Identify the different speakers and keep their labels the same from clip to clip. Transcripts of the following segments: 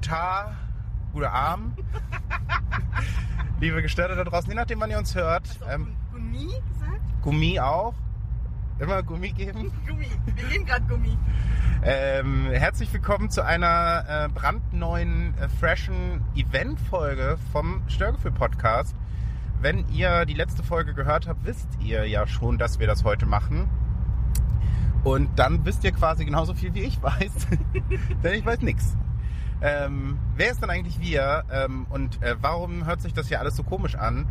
Speaker 1: Tag, guten Abend. Liebe Gestörte da draußen, je nachdem, wann ihr uns hört.
Speaker 2: Hast du auch
Speaker 1: Ähm,
Speaker 2: Also, Gummi gesagt?
Speaker 1: Gummi auch. Immer Gummi geben.
Speaker 2: Gummi. Wir nehmen gerade Gummi.
Speaker 1: Ähm, herzlich willkommen zu einer äh, brandneuen, äh, freshen Event-Folge vom Störgefühl-Podcast. Wenn ihr die letzte Folge gehört habt, wisst ihr ja schon, dass wir das heute machen. Und dann wisst ihr quasi genauso viel, wie ich weiß. denn ich weiß nichts. Ähm, wer ist denn eigentlich wir? Ähm, und äh, warum hört sich das hier alles so komisch an?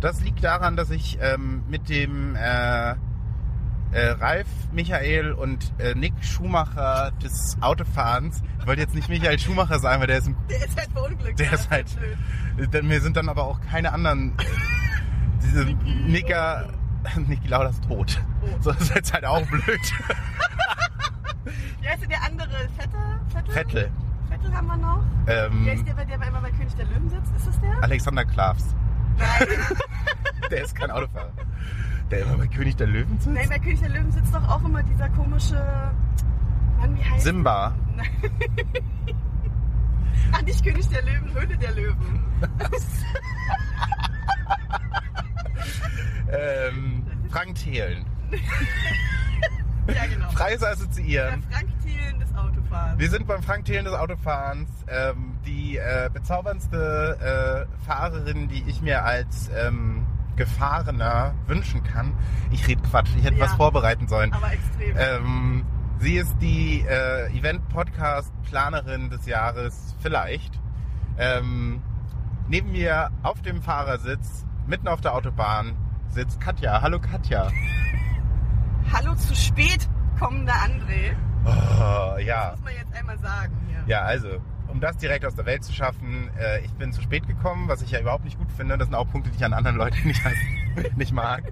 Speaker 1: Das liegt daran, dass ich ähm, mit dem... Äh, äh, Ralf, Michael und äh, Nick Schumacher des Autofahrens. Ich wollte jetzt nicht Michael Schumacher sagen, weil der ist, im,
Speaker 2: Der ist halt verunglückt.
Speaker 1: der ist halt.
Speaker 2: blöd.
Speaker 1: Denn mir sind dann aber auch keine anderen. äh, Diese Nicker. Niki Lauda ist tot.
Speaker 2: Tot.
Speaker 1: So ist jetzt halt auch blöd.
Speaker 2: Wie heißt denn der andere? Vettel? Vettel?
Speaker 1: Vettel.
Speaker 2: Vettel haben wir noch. Wer ist
Speaker 1: Ähm,
Speaker 2: der, bei der bei immer bei König der Löwen sitzt? Ist das der?
Speaker 1: Alexander Klavs.
Speaker 2: Nein.
Speaker 1: Der ist kein Autofahrer. Der immer bei König der Löwen
Speaker 2: Nein,
Speaker 1: sitzt.
Speaker 2: bei König der Löwen sitzt doch auch immer dieser komische. Mann, wie heißt
Speaker 1: Simba.
Speaker 2: der? Nein. Ach, Ah, nicht König der Löwen, Höhle der Löwen.
Speaker 1: Ähm, Frank Thelen.
Speaker 2: Ja, genau.
Speaker 1: Freies
Speaker 2: Der
Speaker 1: assoziieren.
Speaker 2: Frank Thielen des Autofahrens.
Speaker 1: Wir sind beim Frank Thelen des Autofahrens. Ähm, die äh, bezauberndste äh, Fahrerin, die ich mir als ähm, Gefahrener wünschen kann. Ich rede Quatsch, ich hätte
Speaker 2: Ja.
Speaker 1: was vorbereiten sollen.
Speaker 2: Aber extrem.
Speaker 1: Ähm, sie ist die äh, Event-Podcast-Planerin des Jahres, vielleicht. Ähm, neben mir auf dem Fahrersitz, mitten auf der Autobahn, sitzt Katja. Hallo Katja.
Speaker 2: Hallo zu spät kommender André.
Speaker 1: Oh,
Speaker 2: Das
Speaker 1: ja.
Speaker 2: muss man jetzt einmal sagen hier.
Speaker 1: Ja, also, um das direkt aus der Welt zu schaffen, äh, ich bin zu spät gekommen, was ich ja überhaupt nicht gut finde. Das sind auch Punkte, die ich an anderen Leuten nicht, nicht mag.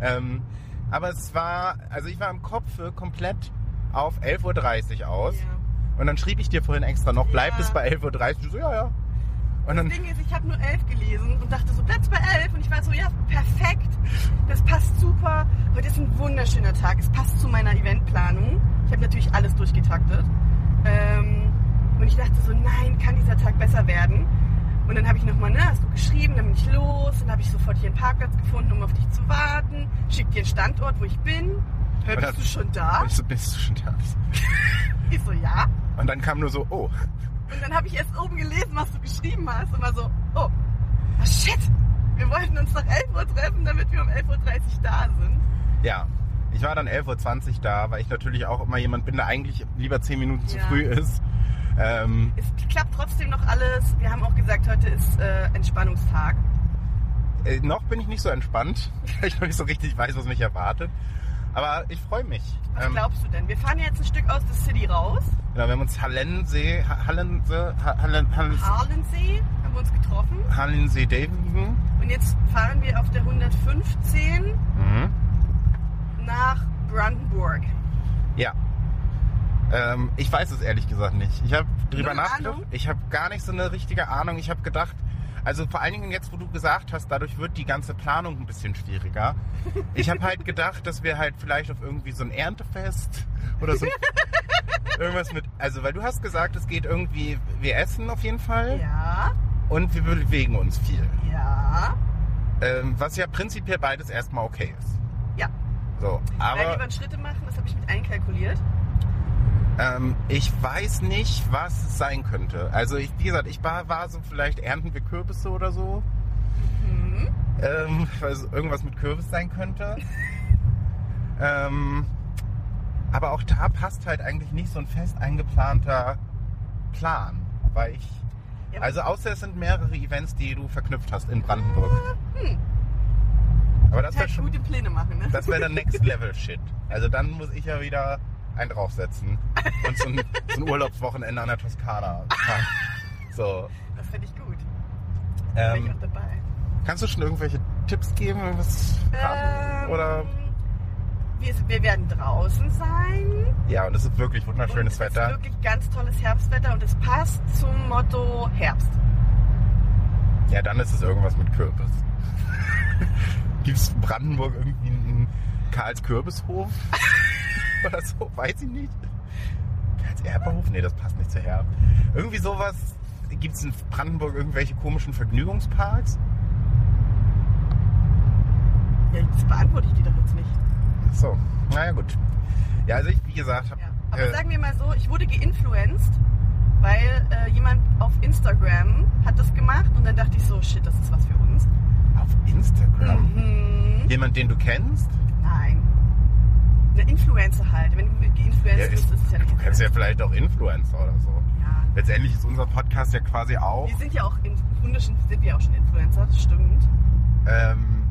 Speaker 1: Ähm, aber es war, also ich war im Kopf komplett auf 11.30 Uhr aus.
Speaker 2: Ja.
Speaker 1: Und dann schrieb ich dir vorhin extra noch, bleibt
Speaker 2: Ja.
Speaker 1: es bei 11.30 Uhr? Du so, ja, ja. Und
Speaker 2: Das
Speaker 1: dann,
Speaker 2: Ding ist, ich habe nur 11 gelesen und dachte so, Platz bei 11. Und ich war so, ja, perfekt. Das passt super. Heute ist ein wunderschöner Tag. Es passt zu meiner Eventplanung. Ich habe natürlich alles durchgetaktet. Ähm, und ich dachte so, nein, kann dieser Tag besser werden? Und dann habe ich nochmal, ne, hast du geschrieben, dann bin ich los. Dann habe ich sofort hier einen Parkplatz gefunden, um auf dich zu warten. Schick dir einen Standort, wo ich bin. Hör,
Speaker 1: Oder-
Speaker 2: bist du schon da?
Speaker 1: ich so, bist du schon da?
Speaker 2: Ich so, ja.
Speaker 1: Und dann kam nur so, oh,
Speaker 2: Und dann habe ich erst oben gelesen, was du geschrieben hast und war so, oh, ah, shit, wir wollten uns nach 11 Uhr treffen, damit wir um 11.30 Uhr da sind.
Speaker 1: Ja, ich war dann 11.20 Uhr da, weil ich natürlich auch immer jemand bin, der eigentlich lieber 10 Minuten zu
Speaker 2: Ja.
Speaker 1: früh ist. Ähm,
Speaker 2: Es klappt trotzdem noch alles. Wir haben auch gesagt, heute ist äh, Entspannungstag.
Speaker 1: äh, noch bin ich nicht so entspannt, weil ich noch nicht so richtig weiß, was mich erwartet. Aber ich freue mich. Ähm,
Speaker 2: Was glaubst du denn? Wir fahren jetzt ein Stück aus der City raus.
Speaker 1: genau, wir haben uns Hallensee, Ha- Hallensee, Ha- Hallen, Hallen,
Speaker 2: Harlensee haben wir uns getroffen.
Speaker 1: Hallensee Davidson.
Speaker 2: Und jetzt fahren wir auf der 115
Speaker 1: Mhm.
Speaker 2: nach Brandenburg.
Speaker 1: Ja. Ähm, ich weiß es ehrlich gesagt nicht. Ich habe drüber
Speaker 2: Null
Speaker 1: nachgedacht.
Speaker 2: Ahnung?
Speaker 1: Ich habe gar nicht so eine richtige Ahnung. Ich habe gedacht, also vor allen Dingen jetzt, wo du gesagt hast, dadurch wird die ganze Planung ein bisschen schwieriger. Ich habe halt gedacht, dass wir halt vielleicht auf irgendwie so ein Erntefest oder so irgendwas mit. Also weil du hast gesagt, es geht irgendwie, wir essen auf jeden Fall
Speaker 2: Ja,
Speaker 1: und wir bewegen uns viel.
Speaker 2: ja.
Speaker 1: Ähm, was ja prinzipiell beides erstmal okay ist.
Speaker 2: Ja.
Speaker 1: So,
Speaker 2: Weil wir
Speaker 1: aber
Speaker 2: wollen Schritte machen, das habe ich mit einkalkuliert.
Speaker 1: Ähm, ich weiß nicht, was es sein könnte. Also, ich, wie gesagt, ich war, war so, vielleicht ernten wir Kürbisse oder so.
Speaker 2: Hm.
Speaker 1: Ähm, weil es irgendwas mit Kürbis sein könnte. ähm, aber auch da passt halt eigentlich nicht so ein fest eingeplanter Plan. Weil ich.
Speaker 2: Ja,
Speaker 1: Also, außer es sind mehrere Events, die du verknüpft hast in Brandenburg.
Speaker 2: Hm.
Speaker 1: Aber das wäre
Speaker 2: halt
Speaker 1: schon.
Speaker 2: gute Pläne machen, ne?
Speaker 1: Das wäre dann Next Level Shit. Also, dann muss ich ja wieder einen draufsetzen. Und so ein, so ein Urlaubswochenende an der Toskana. fahren. So.
Speaker 2: Das finde ich gut. Da bin ich
Speaker 1: Ähm,
Speaker 2: auch dabei.
Speaker 1: kannst du schon irgendwelche Tipps geben? Irgendwas raten?
Speaker 2: Ähm,
Speaker 1: Oder?
Speaker 2: Wir, wir werden draußen sein.
Speaker 1: Ja, und es ist wirklich wunderschönes
Speaker 2: und es Ist
Speaker 1: Wetter.
Speaker 2: wirklich ganz tolles Herbstwetter und es passt zum Motto Herbst.
Speaker 1: Ja, dann ist es irgendwas mit Kürbis. Gibt es in Brandenburg irgendwie einen Karls Kürbishof? Oder so? Weiß ich nicht. Karls Erberhof? Nee, das passt nicht zu Herbst. Irgendwie sowas Gibt es in Brandenburg irgendwelche komischen Vergnügungsparks?
Speaker 2: Ja, jetzt beantworte ich die doch jetzt nicht.
Speaker 1: So, naja gut. Ja, also ich, wie gesagt, hab,
Speaker 2: Ja. Aber
Speaker 1: äh,
Speaker 2: sagen wir mal so, ich wurde geinfluenced, weil äh, jemand auf Instagram hat das gemacht und dann dachte ich so, shit, das ist was für uns.
Speaker 1: auf Instagram.
Speaker 2: Mhm.
Speaker 1: Jemand, den du kennst?
Speaker 2: Nein. Eine Influencer halt. Wenn du geinfluenced bist, ist es ja nicht.
Speaker 1: du kennst ja vielleicht auch Influencer oder so.
Speaker 2: Ja.
Speaker 1: Letztendlich ist unser Podcast ja quasi auch
Speaker 2: Wir sind ja auch in wunderschön sind wir auch schon Influencer, das stimmt.
Speaker 1: Ähm,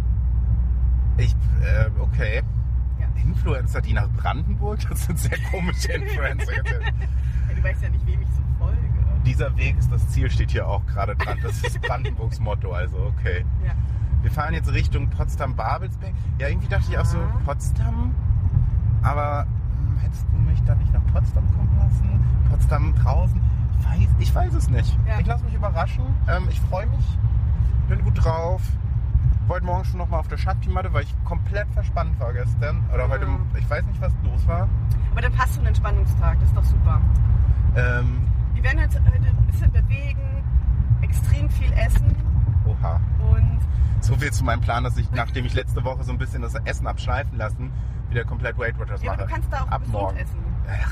Speaker 1: ich, äh, okay.
Speaker 2: Ja.
Speaker 1: Influencer, die nach Brandenburg, das sind sehr komische Influencer.
Speaker 2: Ja, Du weißt ja nicht, wem ich so folge.
Speaker 1: Dieser Weg ist das Ziel, steht hier auch gerade dran. Das ist Brandenburgs Motto, also okay.
Speaker 2: Ja.
Speaker 1: Wir fahren jetzt Richtung Potsdam-Babelsberg. Ja, irgendwie dachte ich auch so,
Speaker 2: Ja.
Speaker 1: Potsdam? Aber hm, hättest du mich dann nicht nach Potsdam kommen lassen? Potsdam draußen? Ich weiß, ich weiß es nicht.
Speaker 2: Ja.
Speaker 1: Ich lasse mich überraschen. Ähm, ich freue mich. Bin gut drauf. Wollte morgen schon nochmal auf der Schachtelmatte, weil ich komplett verspannt war gestern. Oder heute,
Speaker 2: Ja.
Speaker 1: ich weiß nicht, was los war.
Speaker 2: Aber dann passt so ein Entspannungstag, das ist doch super.
Speaker 1: Ähm,
Speaker 2: Wir werden heute, heute ein bisschen bewegen, extrem viel essen
Speaker 1: oha.
Speaker 2: und
Speaker 1: So viel zu meinem Plan, dass ich, nachdem ich letzte Woche so ein bisschen das Essen abschleifen lassen, wieder komplett Weight Watchers
Speaker 2: ja,
Speaker 1: mache.
Speaker 2: aber du kannst da auch
Speaker 1: Ab
Speaker 2: gesund
Speaker 1: morgen.
Speaker 2: essen,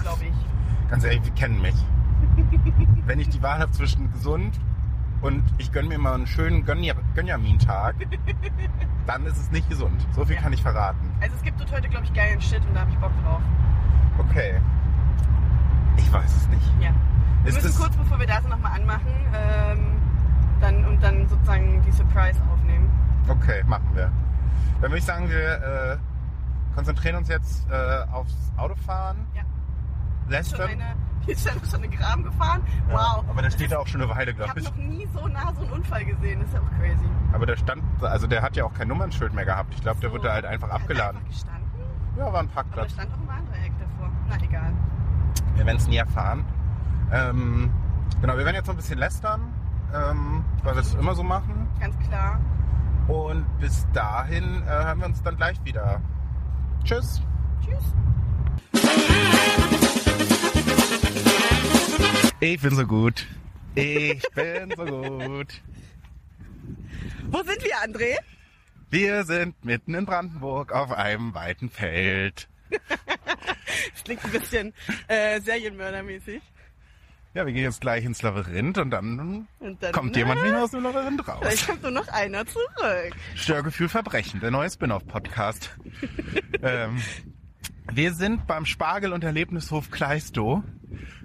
Speaker 2: glaube ich.
Speaker 1: Ganz ehrlich, die kennen mich. Wenn ich die Wahl habe zwischen gesund und ich gönne mir mal einen schönen Gönja- Gönjamin-Tag, dann ist es nicht gesund. So viel
Speaker 2: Ja.
Speaker 1: kann ich verraten.
Speaker 2: Also es gibt dort heute, glaube ich, geilen Shit und da habe ich Bock drauf.
Speaker 1: Okay. Ich weiß es nicht.
Speaker 2: Ja. Wir
Speaker 1: Ist
Speaker 2: müssen
Speaker 1: es,
Speaker 2: kurz bevor wir da sind nochmal anmachen ähm, dann, und dann sozusagen die Surprise aufnehmen.
Speaker 1: okay, machen wir. Dann würde ich sagen, wir äh, konzentrieren uns jetzt äh, aufs Autofahren.
Speaker 2: Ja. Schon
Speaker 1: Lästern.
Speaker 2: eine, hier ist ja noch schon ein Graben gefahren.
Speaker 1: Ja,
Speaker 2: Wow.
Speaker 1: Aber da steht er auch schon eine Weile,
Speaker 2: Ich
Speaker 1: glaube
Speaker 2: habe
Speaker 1: ich.
Speaker 2: noch nie so nah so einen Unfall gesehen. Das ist ja auch crazy.
Speaker 1: Aber der stand, also der hat ja auch kein Nummernschild mehr gehabt. Ich glaube, der wurde halt einfach abgeladen.
Speaker 2: Hat er einfach gestanden?
Speaker 1: Ja, war ein
Speaker 2: Aber da
Speaker 1: Parkplatz.
Speaker 2: stand auch im Andreieck davor. Na egal.
Speaker 1: Wir werden es nie erfahren. Ähm, genau, wir werden jetzt noch ein bisschen lästern, ähm, weil wir das immer so machen.
Speaker 2: Ganz klar.
Speaker 1: Und bis dahin äh, hören wir uns dann gleich wieder. Tschüss.
Speaker 2: Tschüss.
Speaker 1: Ich bin so gut. Ich bin so gut.
Speaker 2: Wo sind wir, André?
Speaker 1: Wir sind mitten in Brandenburg auf einem weiten Feld.
Speaker 2: Das klingt ein bisschen äh, serienmördermäßig.
Speaker 1: Ja, wir gehen jetzt gleich ins Labyrinth und dann,
Speaker 2: Und dann- äh,
Speaker 1: kommt jemand wieder aus dem Labyrinth raus.
Speaker 2: Vielleicht kommt nur noch einer zurück.
Speaker 1: Störgefühl Verbrechen, der neue Spin-off-Podcast. ähm, wir sind beim Spargel- und Erlebnishof Kleistow.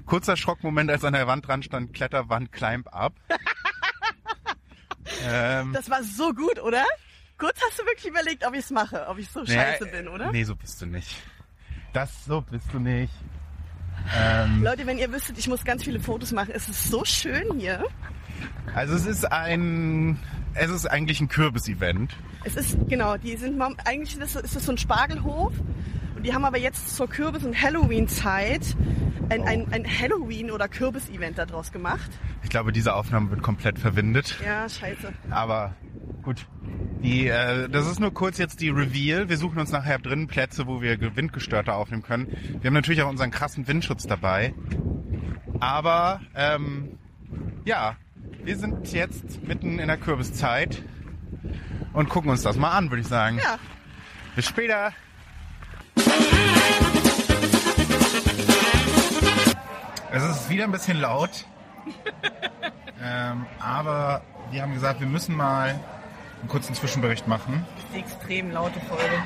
Speaker 1: Kurzer Schrockmoment, als an der Wand dran stand, Kletterwand, climb up. ähm,
Speaker 2: Das war so gut, oder? Kurz hast du wirklich überlegt, ob ich es mache, ob ich so scheiße
Speaker 1: naja,
Speaker 2: bin, oder?
Speaker 1: Nee, so bist du nicht. Das, so bist du nicht. Ähm,
Speaker 2: Leute, wenn ihr wüsstet, ich muss ganz viele Fotos machen. Es ist so schön hier.
Speaker 1: also es ist ein, es ist eigentlich ein Kürbis-Event.
Speaker 2: Es ist, genau, die sind, mom- eigentlich ist das, so- ist das so ein Spargelhof. Und die haben aber jetzt zur Kürbis- und Halloween-Zeit ein, ein, ein Halloween- oder Kürbis-Event daraus gemacht.
Speaker 1: Ich glaube, diese Aufnahme wird komplett verwindet.
Speaker 2: Ja, scheiße.
Speaker 1: Aber gut. Die, äh, das ist nur kurz jetzt die Reveal. Wir suchen uns nachher drinnen Plätze, wo wir ge- Windgestörte aufnehmen können. Wir haben natürlich auch unseren krassen Windschutz dabei. Aber ähm, ja, wir sind jetzt mitten in der Kürbiszeit und gucken uns das mal an, würde ich sagen.
Speaker 2: Ja,
Speaker 1: Bis später. Es ist wieder ein bisschen laut. ähm, aber wir haben gesagt, wir müssen mal einen kurzen Zwischenbericht machen.
Speaker 2: ist die extrem laute Folge.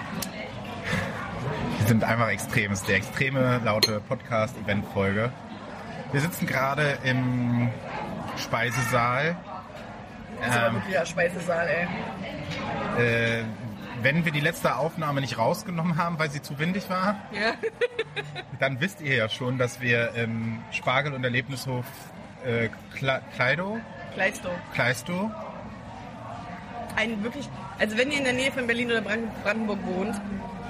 Speaker 1: Wir sind einfach extrem. Es ist der extreme laute Podcast-Event-Folge. Wir sitzen gerade im Speisesaal. Ähm,
Speaker 2: Das ist aber gut wieder Speisesaal, ey.
Speaker 1: Äh, wenn wir die letzte Aufnahme nicht rausgenommen haben, weil sie zu windig war,
Speaker 2: Ja.
Speaker 1: Dann wisst ihr ja schon, dass wir im Spargel- und Erlebnishof äh, Kla- Kleido,
Speaker 2: Kleistow.
Speaker 1: Kleisto,
Speaker 2: Ein wirklich, also wenn ihr in der Nähe von Berlin oder Brand- Brandenburg wohnt,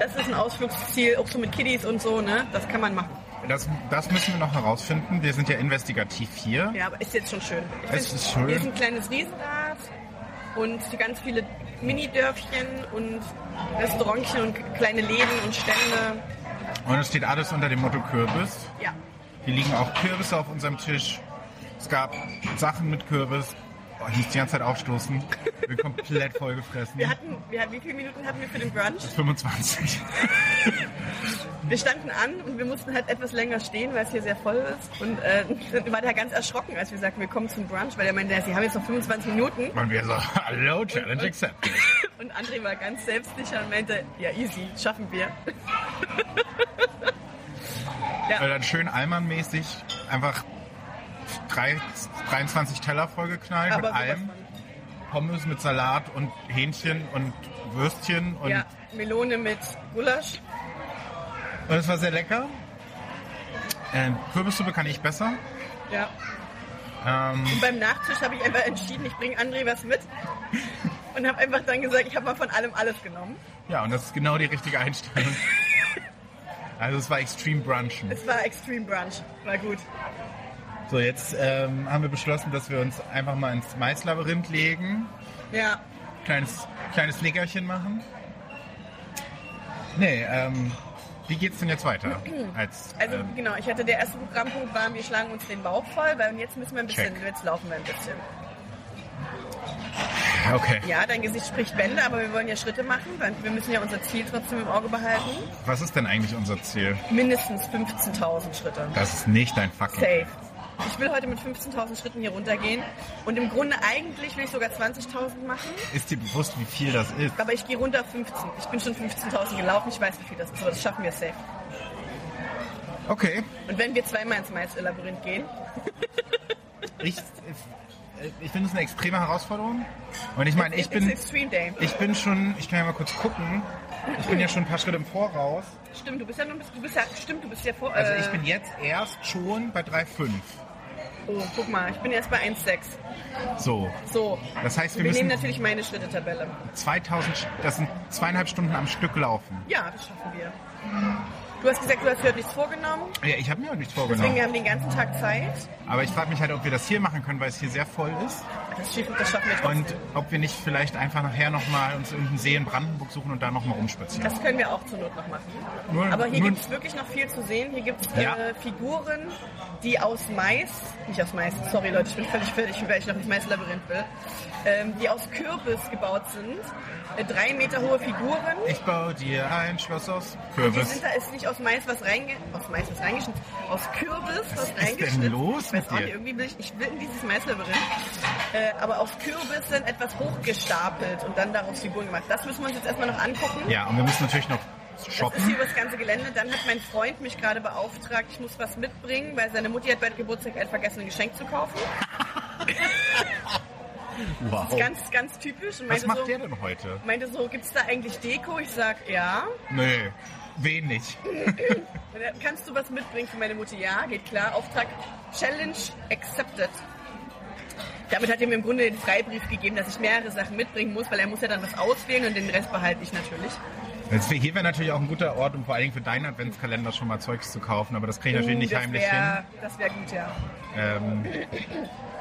Speaker 2: das ist ein Ausflugsziel, auch so mit Kiddies und so, ne? Das kann man machen.
Speaker 1: das, das müssen wir noch herausfinden. Wir sind ja investigativ hier.
Speaker 2: Ja, aber ist jetzt schon schön. Ich
Speaker 1: Es
Speaker 2: find,
Speaker 1: ist schön.
Speaker 2: Hier ist ein kleines Riesenrad und ganz viele Mini-Dörfchen und Restaurantchen und kleine Läden und Stände.
Speaker 1: Und es steht alles unter dem Motto Kürbis.
Speaker 2: Ja,
Speaker 1: Hier liegen auch Kürbisse auf unserem Tisch. Es gab Sachen mit Kürbis. Oh, ich muss die ganze Zeit aufstoßen. Ich bin komplett vollgefressen.
Speaker 2: Wir hatten, wir hatten, wie viele Minuten hatten wir für den Brunch?
Speaker 1: 25.
Speaker 2: Wir standen an und wir mussten halt etwas länger stehen, weil es hier sehr voll ist. Und äh, dann war der ganz erschrocken, als wir sagten, wir kommen zum Brunch, weil er meinte, ja, sie haben jetzt noch 25 Minuten.
Speaker 1: Und wir so, hallo, Challenge accepted.
Speaker 2: Und André war ganz selbstsicher und meinte, ja, easy, schaffen wir.
Speaker 1: Weil Also dann schön Allmann-mäßig einfach drei, 23 Teller vollgeknallt
Speaker 2: Aber
Speaker 1: mit
Speaker 2: sowas
Speaker 1: allem.
Speaker 2: von.
Speaker 1: Pommes mit Salat und Hähnchen und Würstchen. Und,
Speaker 2: Ja, Melone mit Gulasch.
Speaker 1: und es war sehr lecker. Ähm, Kürbissuppe kann ich besser.
Speaker 2: Ja.
Speaker 1: Ähm,
Speaker 2: Und beim Nachtisch habe ich einfach entschieden, ich bringe André was mit. Und habe einfach dann gesagt, ich habe mal von allem alles genommen.
Speaker 1: ja, und das ist genau die richtige Einstellung. Also es war extrem brunchen.
Speaker 2: Es war Extreme Brunch. War gut.
Speaker 1: So, jetzt ähm, haben wir beschlossen, dass wir uns einfach mal ins Maislabyrinth legen.
Speaker 2: Ja.
Speaker 1: Kleines, kleines Leckerchen machen. Nee, ähm, wie geht's denn jetzt weiter? Als,
Speaker 2: Also
Speaker 1: ähm,
Speaker 2: genau, ich hatte der erste Programmpunkt war, wir schlagen uns den Bauch voll, weil und jetzt müssen wir ein bisschen,
Speaker 1: Check.
Speaker 2: jetzt laufen wir ein bisschen.
Speaker 1: okay.
Speaker 2: Ja, dein Gesicht spricht Bände, aber wir wollen ja Schritte machen, weil wir müssen ja unser Ziel trotzdem im Auge behalten.
Speaker 1: Was ist denn eigentlich unser Ziel?
Speaker 2: Mindestens 15.000 Schritte.
Speaker 1: Das ist nicht dein fucking
Speaker 2: Safe. Ich will heute mit 15.000 Schritten hier runtergehen und im Grunde eigentlich will ich sogar 20.000 machen,
Speaker 1: Ist dir bewusst, wie viel das ist?
Speaker 2: aber ich gehe runter auf 15. Ich bin schon 15.000 gelaufen, ich weiß, wie viel das ist, aber das schaffen wir safe.
Speaker 1: Okay.
Speaker 2: Und wenn wir zweimal ins Maislabyrinth gehen,
Speaker 1: Also Ich, äh, ich finde es eine extreme Herausforderung. Und ich meine, ich
Speaker 2: it's
Speaker 1: bin,
Speaker 2: Extreme Day.
Speaker 1: ich bin schon, ich kann ja mal kurz gucken, ich bin ja schon ein paar Schritte im Voraus.
Speaker 2: Stimmt, du bist ja nur, du bist ja, stimmt, du bist ja vor.
Speaker 1: Also ich
Speaker 2: äh,
Speaker 1: bin jetzt erst schon bei 3,5.
Speaker 2: Oh, guck mal, ich bin erst bei 1,6.
Speaker 1: So,
Speaker 2: So.
Speaker 1: das heißt,
Speaker 2: Wir,
Speaker 1: wir
Speaker 2: nehmen
Speaker 1: müssen
Speaker 2: natürlich meine Schritte-Tabelle.
Speaker 1: 2000, Sch- das sind zweieinhalb Stunden am Stück laufen.
Speaker 2: Ja, das schaffen wir. Du hast gesagt, du hast dir heute nichts vorgenommen.
Speaker 1: Ja, ich habe mir auch nichts
Speaker 2: Deswegen
Speaker 1: vorgenommen.
Speaker 2: haben wir den ganzen Tag Zeit.
Speaker 1: Aber ich frage mich halt, ob wir das hier machen können, weil es hier sehr voll ist.
Speaker 2: Das schaffen, das schaffen wir trotzdem.
Speaker 1: Und ob wir nicht vielleicht einfach nachher nochmal uns irgendeinen See in Brandenburg suchen und da nochmal rumspazieren.
Speaker 2: das können wir auch zur Not noch machen.
Speaker 1: Nur-
Speaker 2: Aber hier
Speaker 1: nur-
Speaker 2: gibt es wirklich noch viel zu sehen. Hier gibt es
Speaker 1: Ja.
Speaker 2: äh, Figuren, die aus Mais, nicht aus Mais, sorry Leute, ich bin völlig fertig, weil ich noch ins Maislabyrinth will, ähm, die aus Kürbis gebaut sind. Äh, drei Meter hohe Figuren.
Speaker 1: Ich baue dir ein Schloss aus
Speaker 2: Die
Speaker 1: Kürbis.
Speaker 2: sind da ist nicht aus Mais was reinge aus Mais was reingeschnitten, aus Kürbis was,
Speaker 1: ist denn
Speaker 2: reingeschnitten.
Speaker 1: los
Speaker 2: ich weiß
Speaker 1: mit
Speaker 2: auch
Speaker 1: dir?
Speaker 2: nicht, irgendwie will ich, ich will in dieses Maislabyrinth. Äh, aber aus Kürbissen etwas hochgestapelt und dann daraus Figuren gemacht. Das müssen wir uns jetzt erstmal noch angucken.
Speaker 1: Ja, und wir müssen natürlich noch
Speaker 2: Das ist hier
Speaker 1: shoppen.
Speaker 2: über das ganze Gelände. Dann hat mein Freund mich gerade beauftragt, ich muss was mitbringen, weil seine Mutti hat bei der Geburtstag ein vergessen, ein Geschenk zu kaufen.
Speaker 1: Wow.
Speaker 2: Ganz, ganz typisch. Und
Speaker 1: Was
Speaker 2: meinte
Speaker 1: macht
Speaker 2: so,
Speaker 1: der denn heute?
Speaker 2: meinte so, gibt's da eigentlich Deko? Ich sag, ja.
Speaker 1: Nee, wenig.
Speaker 2: Und er, Kannst du was mitbringen für meine Mutti? Ja, geht klar. Auftrag Challenge accepted. Damit hat er mir im Grunde den Freibrief gegeben, dass ich mehrere Sachen mitbringen muss, weil er muss ja dann was auswählen und den Rest behalte ich natürlich.
Speaker 1: Jetzt, wär- hier wäre natürlich auch ein guter Ort, um vor allen Dingen für deinen Adventskalender schon mal Zeugs zu kaufen, aber das kriege ich natürlich nicht
Speaker 2: Uh, das
Speaker 1: heimlich hin.
Speaker 2: wär- Das wäre gut, ja.
Speaker 1: Ähm,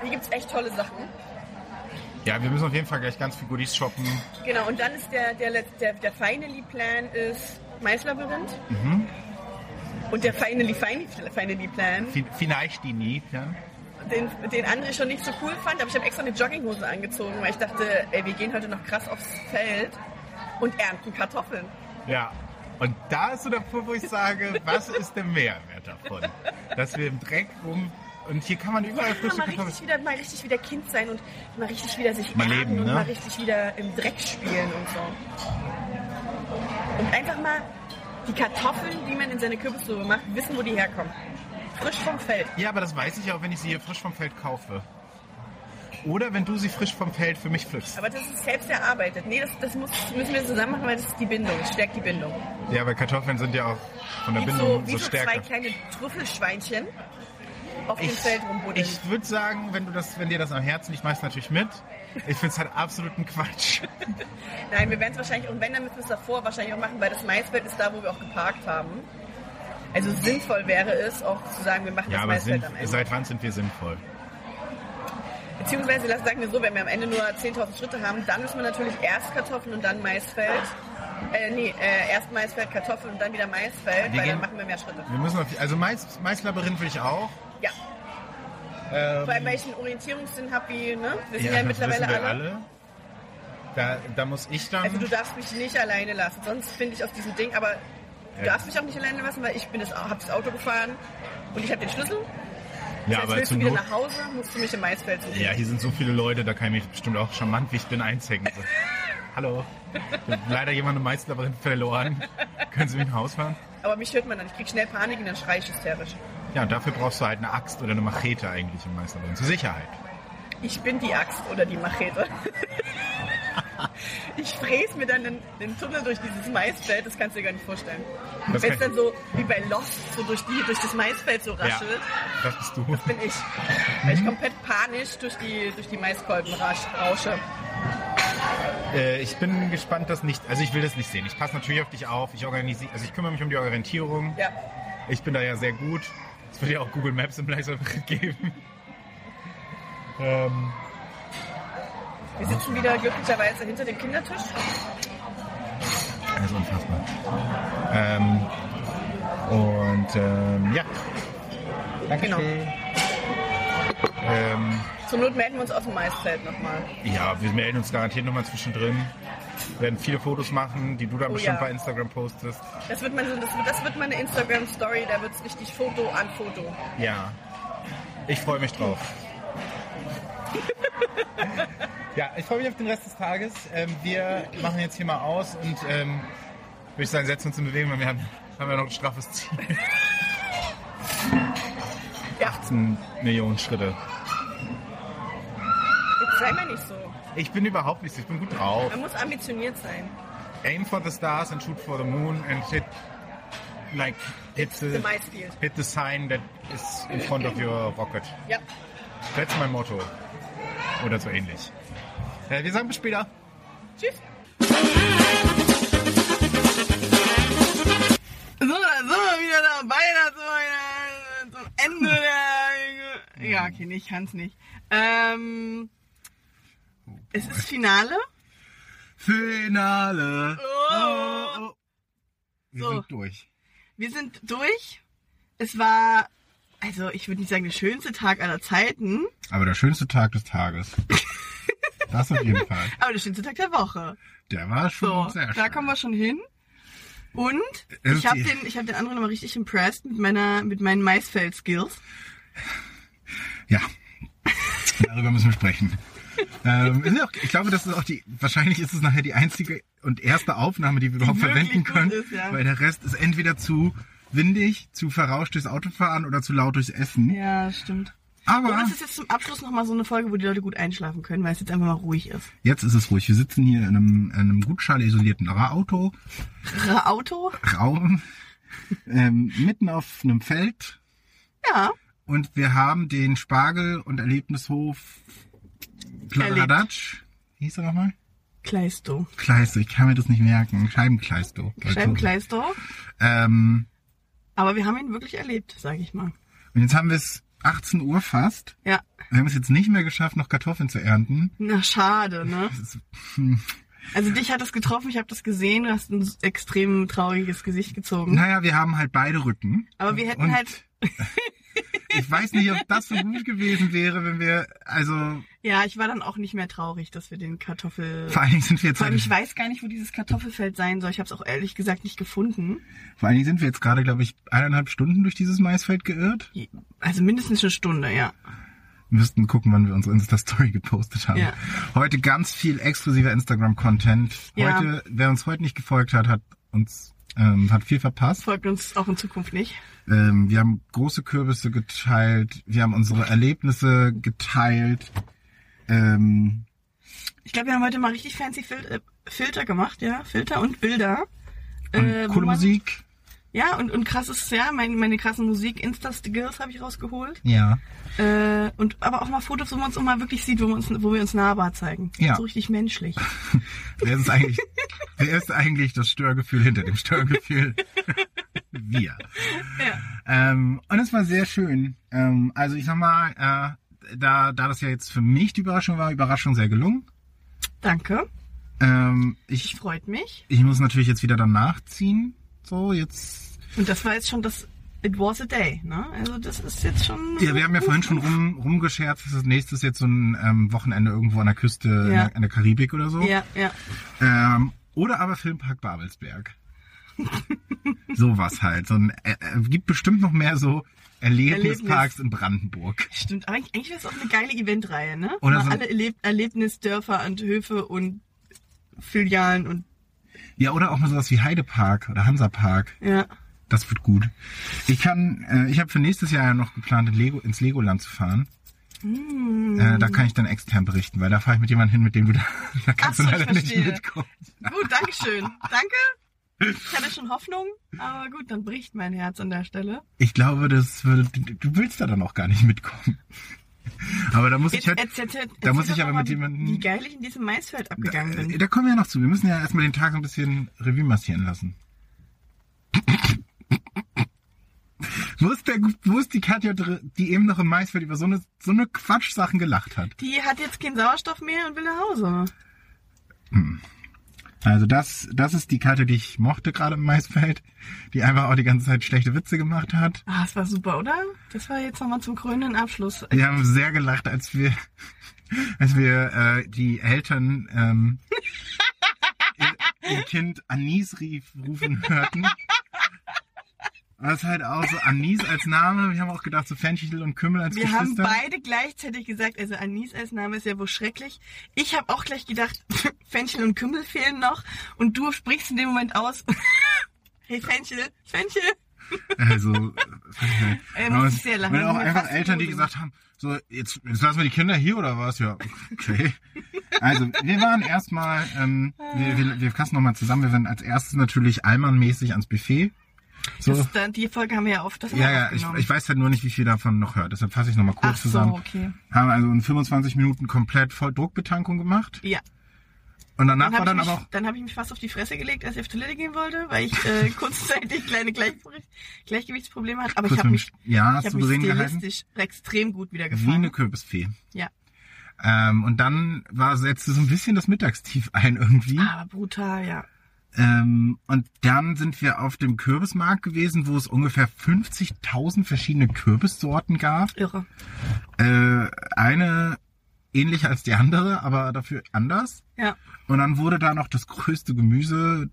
Speaker 2: Hier gibt es echt tolle Sachen.
Speaker 1: ja, wir müssen auf jeden Fall gleich ganz viel Goodies shoppen.
Speaker 2: Genau, und dann ist der, der, Letz- der, der Finally Plan ist Maislabyrinth.
Speaker 1: Mhm.
Speaker 2: Und der Finally, Finally, Finally Plan,
Speaker 1: Vi- Vielleicht die nie, ja?
Speaker 2: den, den André schon nicht so cool fand, aber ich habe extra eine Jogginghose angezogen, weil ich dachte, ey, wir gehen heute noch krass aufs Feld und ernten Kartoffeln.
Speaker 1: Ja. Und da ist so der Punkt, wo ich sage, was ist der Mehrwert davon? Dass wir im Dreck rum... Und hier kann man überall
Speaker 2: Ja,
Speaker 1: frische
Speaker 2: mal
Speaker 1: Kartoffeln...
Speaker 2: richtig wieder, mal richtig wieder Kind sein und mal richtig wieder sich
Speaker 1: Mal
Speaker 2: erden
Speaker 1: leben,
Speaker 2: und
Speaker 1: ne?
Speaker 2: mal richtig wieder im Dreck spielen und so. Und einfach mal die Kartoffeln, die man in seine Kürbissuppe macht, wissen, wo die herkommen. Frisch vom Feld.
Speaker 1: Ja, aber das weiß ich auch, wenn ich sie hier frisch vom Feld kaufe. Oder wenn du sie frisch vom Feld für mich pflückst.
Speaker 2: Aber das ist selbst erarbeitet. Nee, das, das muss, müssen wir zusammen machen, weil das ist die Bindung. Das stärkt die Bindung.
Speaker 1: Ja, weil Kartoffeln sind ja auch von der
Speaker 2: Wie
Speaker 1: Bindung
Speaker 2: so,
Speaker 1: so,
Speaker 2: wie so zwei
Speaker 1: stärker.
Speaker 2: kleine Trüffelschweinchen auf dem
Speaker 1: Ich,
Speaker 2: Feld rumbuddeln.
Speaker 1: ich würde sagen, wenn, du das, wenn dir das am Herzen liegt, mach ich's natürlich mit. Ich finde es halt absoluten Quatsch.
Speaker 2: Nein, wir werden es wahrscheinlich, und wenn, dann müssen wir es davor wahrscheinlich auch machen, weil das Maisfeld ist da, wo wir auch geparkt haben. Also sinnvoll wäre es, auch zu sagen, wir machen
Speaker 1: Ja,
Speaker 2: das
Speaker 1: aber
Speaker 2: Maisfeld
Speaker 1: sind,
Speaker 2: halt am Ende.
Speaker 1: seit wann sind wir sinnvoll?
Speaker 2: Beziehungsweise, lass, sagen wir so, wenn wir am Ende nur 10.000 Schritte haben, dann müssen wir natürlich erst Kartoffeln und dann Maisfeld. Äh, nee, äh, erst Maisfeld, Kartoffeln und dann wieder
Speaker 1: Wir
Speaker 2: Maisfeld, weil
Speaker 1: gehen- Hm.
Speaker 2: dann machen wir mehr Schritte.
Speaker 1: Wir müssen auf, also Mais, Maislabyrinth will ich auch.
Speaker 2: Ja,
Speaker 1: Ähm,
Speaker 2: Vor allem, weil ich einen Orientierungssinn habe, wie, ne? Wir sind ja,
Speaker 1: das
Speaker 2: mittlerweile
Speaker 1: wissen wir
Speaker 2: alle.
Speaker 1: alle. Da, da muss ich dann.
Speaker 2: Also du darfst mich nicht alleine lassen, sonst finde ich auf diesem Ding, aber du
Speaker 1: Ja.
Speaker 2: darfst mich auch nicht alleine lassen, weil ich bin das, habe das Auto gefahren und ich habe den Schlüssel.
Speaker 1: ja,
Speaker 2: Das heißt,
Speaker 1: aber
Speaker 2: willst du
Speaker 1: zum
Speaker 2: wieder
Speaker 1: Not.
Speaker 2: nach Hause, musst du mich in Maisfeld suchen.
Speaker 1: Ja, hier sind so viele Leute, da kann ich mich bestimmt auch charmant wie ich bin einzeigen. So. Hallo. Ich hab leider jemanden meistens aber verloren. Können Sie mich nach Haus fahren?
Speaker 2: Aber mich hört man dann. Ich krieg schnell Panik und dann schrei ich hysterisch.
Speaker 1: Ja, und dafür brauchst du halt eine Axt oder eine Machete eigentlich im Meisterladen. Zur Sicherheit.
Speaker 2: Ich bin die Axt oder die Machete. ich fräse mir dann den, den Tunnel durch dieses Maisfeld, das kannst du dir gar nicht vorstellen.
Speaker 1: Das
Speaker 2: Wenn
Speaker 1: kann ich-
Speaker 2: es dann so wie bei Lost so durch, die, durch das Maisfeld so raschelt,
Speaker 1: Ja, das bist du.
Speaker 2: bin ich. Weil ich komplett panisch durch die, durch die Maiskolben rasch, rausche.
Speaker 1: Äh, ich bin gespannt, das nicht. Also ich will das nicht sehen. Ich passe natürlich auf dich auf. Ich organisiere, also ich kümmere mich um die Orientierung.
Speaker 2: Ja.
Speaker 1: Ich bin da ja sehr gut. Es wird ja auch Google Maps im Leiserbricht geben. Ähm,
Speaker 2: Wir sitzen wieder glücklicherweise hinter dem Kindertisch.
Speaker 1: das ist unfassbar. Ähm, und ähm, ja. Dankeschön.
Speaker 2: Genau.
Speaker 1: Ähm,
Speaker 2: Zur Not melden wir uns auf dem Maisfeld nochmal.
Speaker 1: ja, wir melden uns garantiert nochmal zwischendrin. Wir werden viele Fotos machen, die du dann
Speaker 2: Oh
Speaker 1: bestimmt
Speaker 2: ja.
Speaker 1: bei Instagram postest.
Speaker 2: Das wird meine, das wird, das wird meine Instagram-Story, da wird es richtig Foto an Foto.
Speaker 1: Ja, ich freue mich drauf. ja, ich freue mich auf den Rest des Tages. Ähm, wir machen jetzt hier mal aus und ähm, würde ich sagen, setzen uns in Bewegung, weil wir haben, haben ja noch ein straffes Ziel.
Speaker 2: Ja.
Speaker 1: 18 Millionen Schritte.
Speaker 2: Jetzt sei mal nicht so.
Speaker 1: Ich bin überhaupt nicht so, ich bin gut drauf.
Speaker 2: Man muss ambitioniert sein.
Speaker 1: Aim for the stars and shoot for the moon and hit like hit
Speaker 2: The
Speaker 1: the,
Speaker 2: Maisfield.
Speaker 1: hit the sign that is in front of your rocket.
Speaker 2: Ja.
Speaker 1: That's mein Motto. Oder so ähnlich. Äh, wir sagen bis später.
Speaker 2: Tschüss. So, da sind wir wieder dabei, da sind wir wieder zum Ende der... Ja, okay, nee, ich kann's nicht. Ähm, es ist Finale.
Speaker 1: Finale.
Speaker 2: Oh.
Speaker 1: Wir
Speaker 2: So.
Speaker 1: sind durch.
Speaker 2: Wir sind durch. Es war, also ich würde nicht sagen, der schönste Tag aller Zeiten,
Speaker 1: Aber der schönste Tag des Tages. das auf jeden Fall.
Speaker 2: aber der schönste Tag der Woche.
Speaker 1: Der war schon
Speaker 2: So,
Speaker 1: Mhm, sehr schön.
Speaker 2: da kommen wir schon hin. Und
Speaker 1: Es
Speaker 2: ich
Speaker 1: ist
Speaker 2: habe
Speaker 1: die-
Speaker 2: den, ich hab den anderen nochmal richtig impressed mit, meiner, mit meinen Maisfeld-Skills.
Speaker 1: Ja. Darüber müssen wir sprechen. ähm, ist ja auch, ich glaube, das ist auch die. Wahrscheinlich ist es nachher die einzige und erste Aufnahme, die wir überhaupt
Speaker 2: wirklich
Speaker 1: verwenden
Speaker 2: gut
Speaker 1: können.
Speaker 2: ist, ja.
Speaker 1: Weil der Rest ist entweder zu windig, zu verrauscht durchs Autofahren oder zu laut durchs Essen.
Speaker 2: Ja, stimmt. Und
Speaker 1: Aber
Speaker 2: es ist jetzt zum Abschluss nochmal so eine Folge, wo die Leute gut einschlafen können, weil es jetzt einfach mal ruhig ist.
Speaker 1: jetzt ist es ruhig. Wir sitzen hier in einem, in einem gut schalleisolierten Auto.
Speaker 2: Irre Auto?
Speaker 1: Raum ähm, mitten auf einem Feld
Speaker 2: Ja.
Speaker 1: und wir haben den Spargel und Erlebnishof Kladderadatsch. Wie hieß er nochmal?
Speaker 2: Kleisto.
Speaker 1: Kleisto, ich kann mir das nicht merken. Scheibenkleisto.
Speaker 2: Scheibenkleisto.
Speaker 1: Ähm,
Speaker 2: Aber wir haben ihn wirklich erlebt, sage ich mal.
Speaker 1: und jetzt haben wir es 18 Uhr fast.
Speaker 2: Ja.
Speaker 1: Wir haben es jetzt nicht mehr geschafft, noch Kartoffeln zu ernten.
Speaker 2: Na, schade, ne?
Speaker 1: Das ist,
Speaker 2: Also dich hat es getroffen, ich habe das gesehen, du hast ein extrem trauriges Gesicht gezogen.
Speaker 1: naja, wir haben halt beide Rücken.
Speaker 2: Aber wir hätten
Speaker 1: Und
Speaker 2: halt,
Speaker 1: Ich weiß nicht, ob das so gut gewesen wäre, wenn wir, also,
Speaker 2: ja, ich war dann auch nicht mehr traurig, dass wir den Kartoffel...
Speaker 1: vor allen Dingen sind wir jetzt
Speaker 2: Vor allem, ich
Speaker 1: halt,
Speaker 2: weiß gar nicht, wo dieses Kartoffelfeld sein soll. Ich habe es auch ehrlich gesagt nicht gefunden.
Speaker 1: vor allen Dingen sind wir jetzt gerade, glaube ich, eineinhalb Stunden durch dieses Maisfeld geirrt.
Speaker 2: Also mindestens eine Stunde, ja.
Speaker 1: Wir müssten gucken, wann wir unsere Insta-Story gepostet haben.
Speaker 2: Ja.
Speaker 1: Heute ganz viel exklusiver Instagram-Content.
Speaker 2: Ja.
Speaker 1: Heute, wer uns heute nicht gefolgt hat, hat uns ähm, hat viel verpasst.
Speaker 2: Folgt uns auch in Zukunft nicht.
Speaker 1: Ähm, wir haben große Kürbisse geteilt, wir haben unsere Erlebnisse geteilt. Ähm,
Speaker 2: Ich glaube, wir haben heute mal richtig fancy Fil äh, Filter gemacht, ja. Filter und Bilder.
Speaker 1: und
Speaker 2: Äh, wo
Speaker 1: coole
Speaker 2: man-
Speaker 1: Musik.
Speaker 2: Ja, und, und krasses, ja, meine, meine krassen Musik, Insta-Skills habe ich rausgeholt.
Speaker 1: Ja.
Speaker 2: Äh, und aber auch mal Fotos, wo man uns auch mal wirklich sieht, wo wir uns, wo wir uns nahbar zeigen.
Speaker 1: Ja.
Speaker 2: So richtig menschlich.
Speaker 1: Wer ist eigentlich, wer ist eigentlich das Störgefühl hinter dem Störgefühl? wir.
Speaker 2: Ja.
Speaker 1: Ähm, und es war sehr schön. Ähm, also ich sag mal, äh, da, da das ja jetzt für mich die Überraschung war, Überraschung sehr gelungen.
Speaker 2: Danke.
Speaker 1: Ähm, ich,
Speaker 2: Freut mich.
Speaker 1: ich muss natürlich jetzt wieder danach ziehen. So, jetzt.
Speaker 2: Und das war jetzt schon das it was a day. Ne? Also das ist jetzt schon.
Speaker 1: Ja, wir haben ja vorhin schon rum, rumgescherzt, dass das nächste ist jetzt so ein ähm, Wochenende irgendwo an der Küste in,
Speaker 2: Ja.
Speaker 1: der, in der Karibik oder so.
Speaker 2: Ja, ja.
Speaker 1: Ähm, oder aber Filmpark Babelsberg. Sowas halt. So ein, äh, äh, gibt bestimmt noch mehr so Erlebnisparks in Brandenburg.
Speaker 2: Stimmt, aber eigentlich, eigentlich wäre es auch eine geile Eventreihe, ne?
Speaker 1: Oder
Speaker 2: Mal
Speaker 1: so-
Speaker 2: alle Erleb Erlebnisdörfer und Höfe und Filialen und
Speaker 1: Ja, oder auch mal sowas wie Heidepark oder Hansapark.
Speaker 2: ja.
Speaker 1: Das wird gut. Ich kann, äh, ich habe für nächstes Jahr ja noch geplant, in Lego, ins Legoland zu fahren.
Speaker 2: Hm.
Speaker 1: Äh, da kann ich dann extern berichten, weil da fahre ich mit jemandem hin, mit dem du da, da kannst
Speaker 2: Ach
Speaker 1: du
Speaker 2: so, ich
Speaker 1: leider nicht
Speaker 2: verstehe.
Speaker 1: mitkommen.
Speaker 2: Gut, Dankeschön. Danke. Ich hatte schon Hoffnung, aber gut, dann bricht mein Herz an der Stelle.
Speaker 1: Ich glaube, das würde, du du willst da dann auch gar nicht mitkommen. Aber da muss ich halt,
Speaker 2: Jetzt- jetzt- jetzt-
Speaker 1: da
Speaker 2: jetzt
Speaker 1: muss
Speaker 2: sag
Speaker 1: ich
Speaker 2: doch
Speaker 1: aber
Speaker 2: mal,
Speaker 1: mit
Speaker 2: wie-
Speaker 1: jemandem-
Speaker 2: Wie geil ich in diesem Maisfeld abgegangen
Speaker 1: äh,
Speaker 2: bin.
Speaker 1: da kommen wir noch zu. Wir müssen ja erstmal den Tag so ein bisschen Revue massieren lassen. wo, ist der, wo ist die Katja, dr- die eben noch im Maisfeld über so eine, so eine Quatschsachen gelacht hat?
Speaker 2: Die hat jetzt keinen Sauerstoff mehr und will nach Hause.
Speaker 1: Also das, das ist die Katja, die ich mochte gerade im Maisfeld, die einfach auch die ganze Zeit schlechte Witze gemacht hat.
Speaker 2: Ah, das war super, oder? Das war jetzt nochmal zum krönenden Abschluss.
Speaker 1: Wir haben sehr gelacht, als wir, als wir äh, die Eltern ähm, ihr, ihr Kind Anis rief, rufen hörten. Was halt auch so Anis als Name. Wir haben auch gedacht, so Fenchel und Kümmel als
Speaker 2: Wir haben
Speaker 1: Geschwister.
Speaker 2: beide gleichzeitig gesagt, also Anis als Name ist ja wohl schrecklich. Ich habe auch gleich gedacht, Fenchel und Kümmel fehlen noch. Und du sprichst in dem Moment aus, hey Fenchel, Fenchel.
Speaker 1: also,
Speaker 2: Äh,
Speaker 1: genau,
Speaker 2: das ist sehr
Speaker 1: und
Speaker 2: lange.
Speaker 1: auch
Speaker 2: Wir
Speaker 1: einfach
Speaker 2: fassen
Speaker 1: Eltern, die
Speaker 2: Hose.
Speaker 1: gesagt haben, so, jetzt, jetzt lassen wir die Kinder hier oder was? Ja, okay. Also, wir waren erstmal, ähm, wir, wir, wir fassen nochmal zusammen. Wir waren als erstes natürlich Allmann-mäßig ans Buffet. So.
Speaker 2: Das, da, die Folge haben wir ja oft. Das haben
Speaker 1: Ja,
Speaker 2: wir
Speaker 1: ja, ich,
Speaker 2: aufgenommen.
Speaker 1: ich weiß halt nur nicht, wie viel davon noch hört. Deshalb fasse ich nochmal kurz
Speaker 2: Ach so,
Speaker 1: zusammen.
Speaker 2: okay.
Speaker 1: Haben also in 25 Minuten komplett voll Druckbetankung gemacht.
Speaker 2: Ja.
Speaker 1: Und danach
Speaker 2: Dann
Speaker 1: war
Speaker 2: habe ich,
Speaker 1: dann
Speaker 2: mich-
Speaker 1: aber auch.
Speaker 2: dann hab ich mich fast auf die Fresse gelegt, als ich auf Toilette gehen wollte, weil ich äh, kurzzeitig kleine Gleich Gleichgewichtsprobleme hatte. Aber ich
Speaker 1: kurz
Speaker 2: habe
Speaker 1: mit-
Speaker 2: mich,
Speaker 1: ja,
Speaker 2: ich
Speaker 1: hast
Speaker 2: hab
Speaker 1: du
Speaker 2: mich
Speaker 1: bereden gehalten? Mhm.
Speaker 2: stilistisch extrem gut wieder
Speaker 1: Wie eine
Speaker 2: gefangen.
Speaker 1: Kürbisfee.
Speaker 2: Ja.
Speaker 1: Ähm, und dann war, setzte so ein bisschen das Mittagstief ein irgendwie.
Speaker 2: Aber Ah, brutal, ja.
Speaker 1: Ähm, und dann sind wir auf dem Kürbismarkt gewesen, wo es ungefähr 50.000 verschiedene Kürbissorten gab.
Speaker 2: Irre.
Speaker 1: Äh, eine ähnlich als die andere, aber dafür anders.
Speaker 2: Ja.
Speaker 1: Und dann wurde da noch das größte Gemüse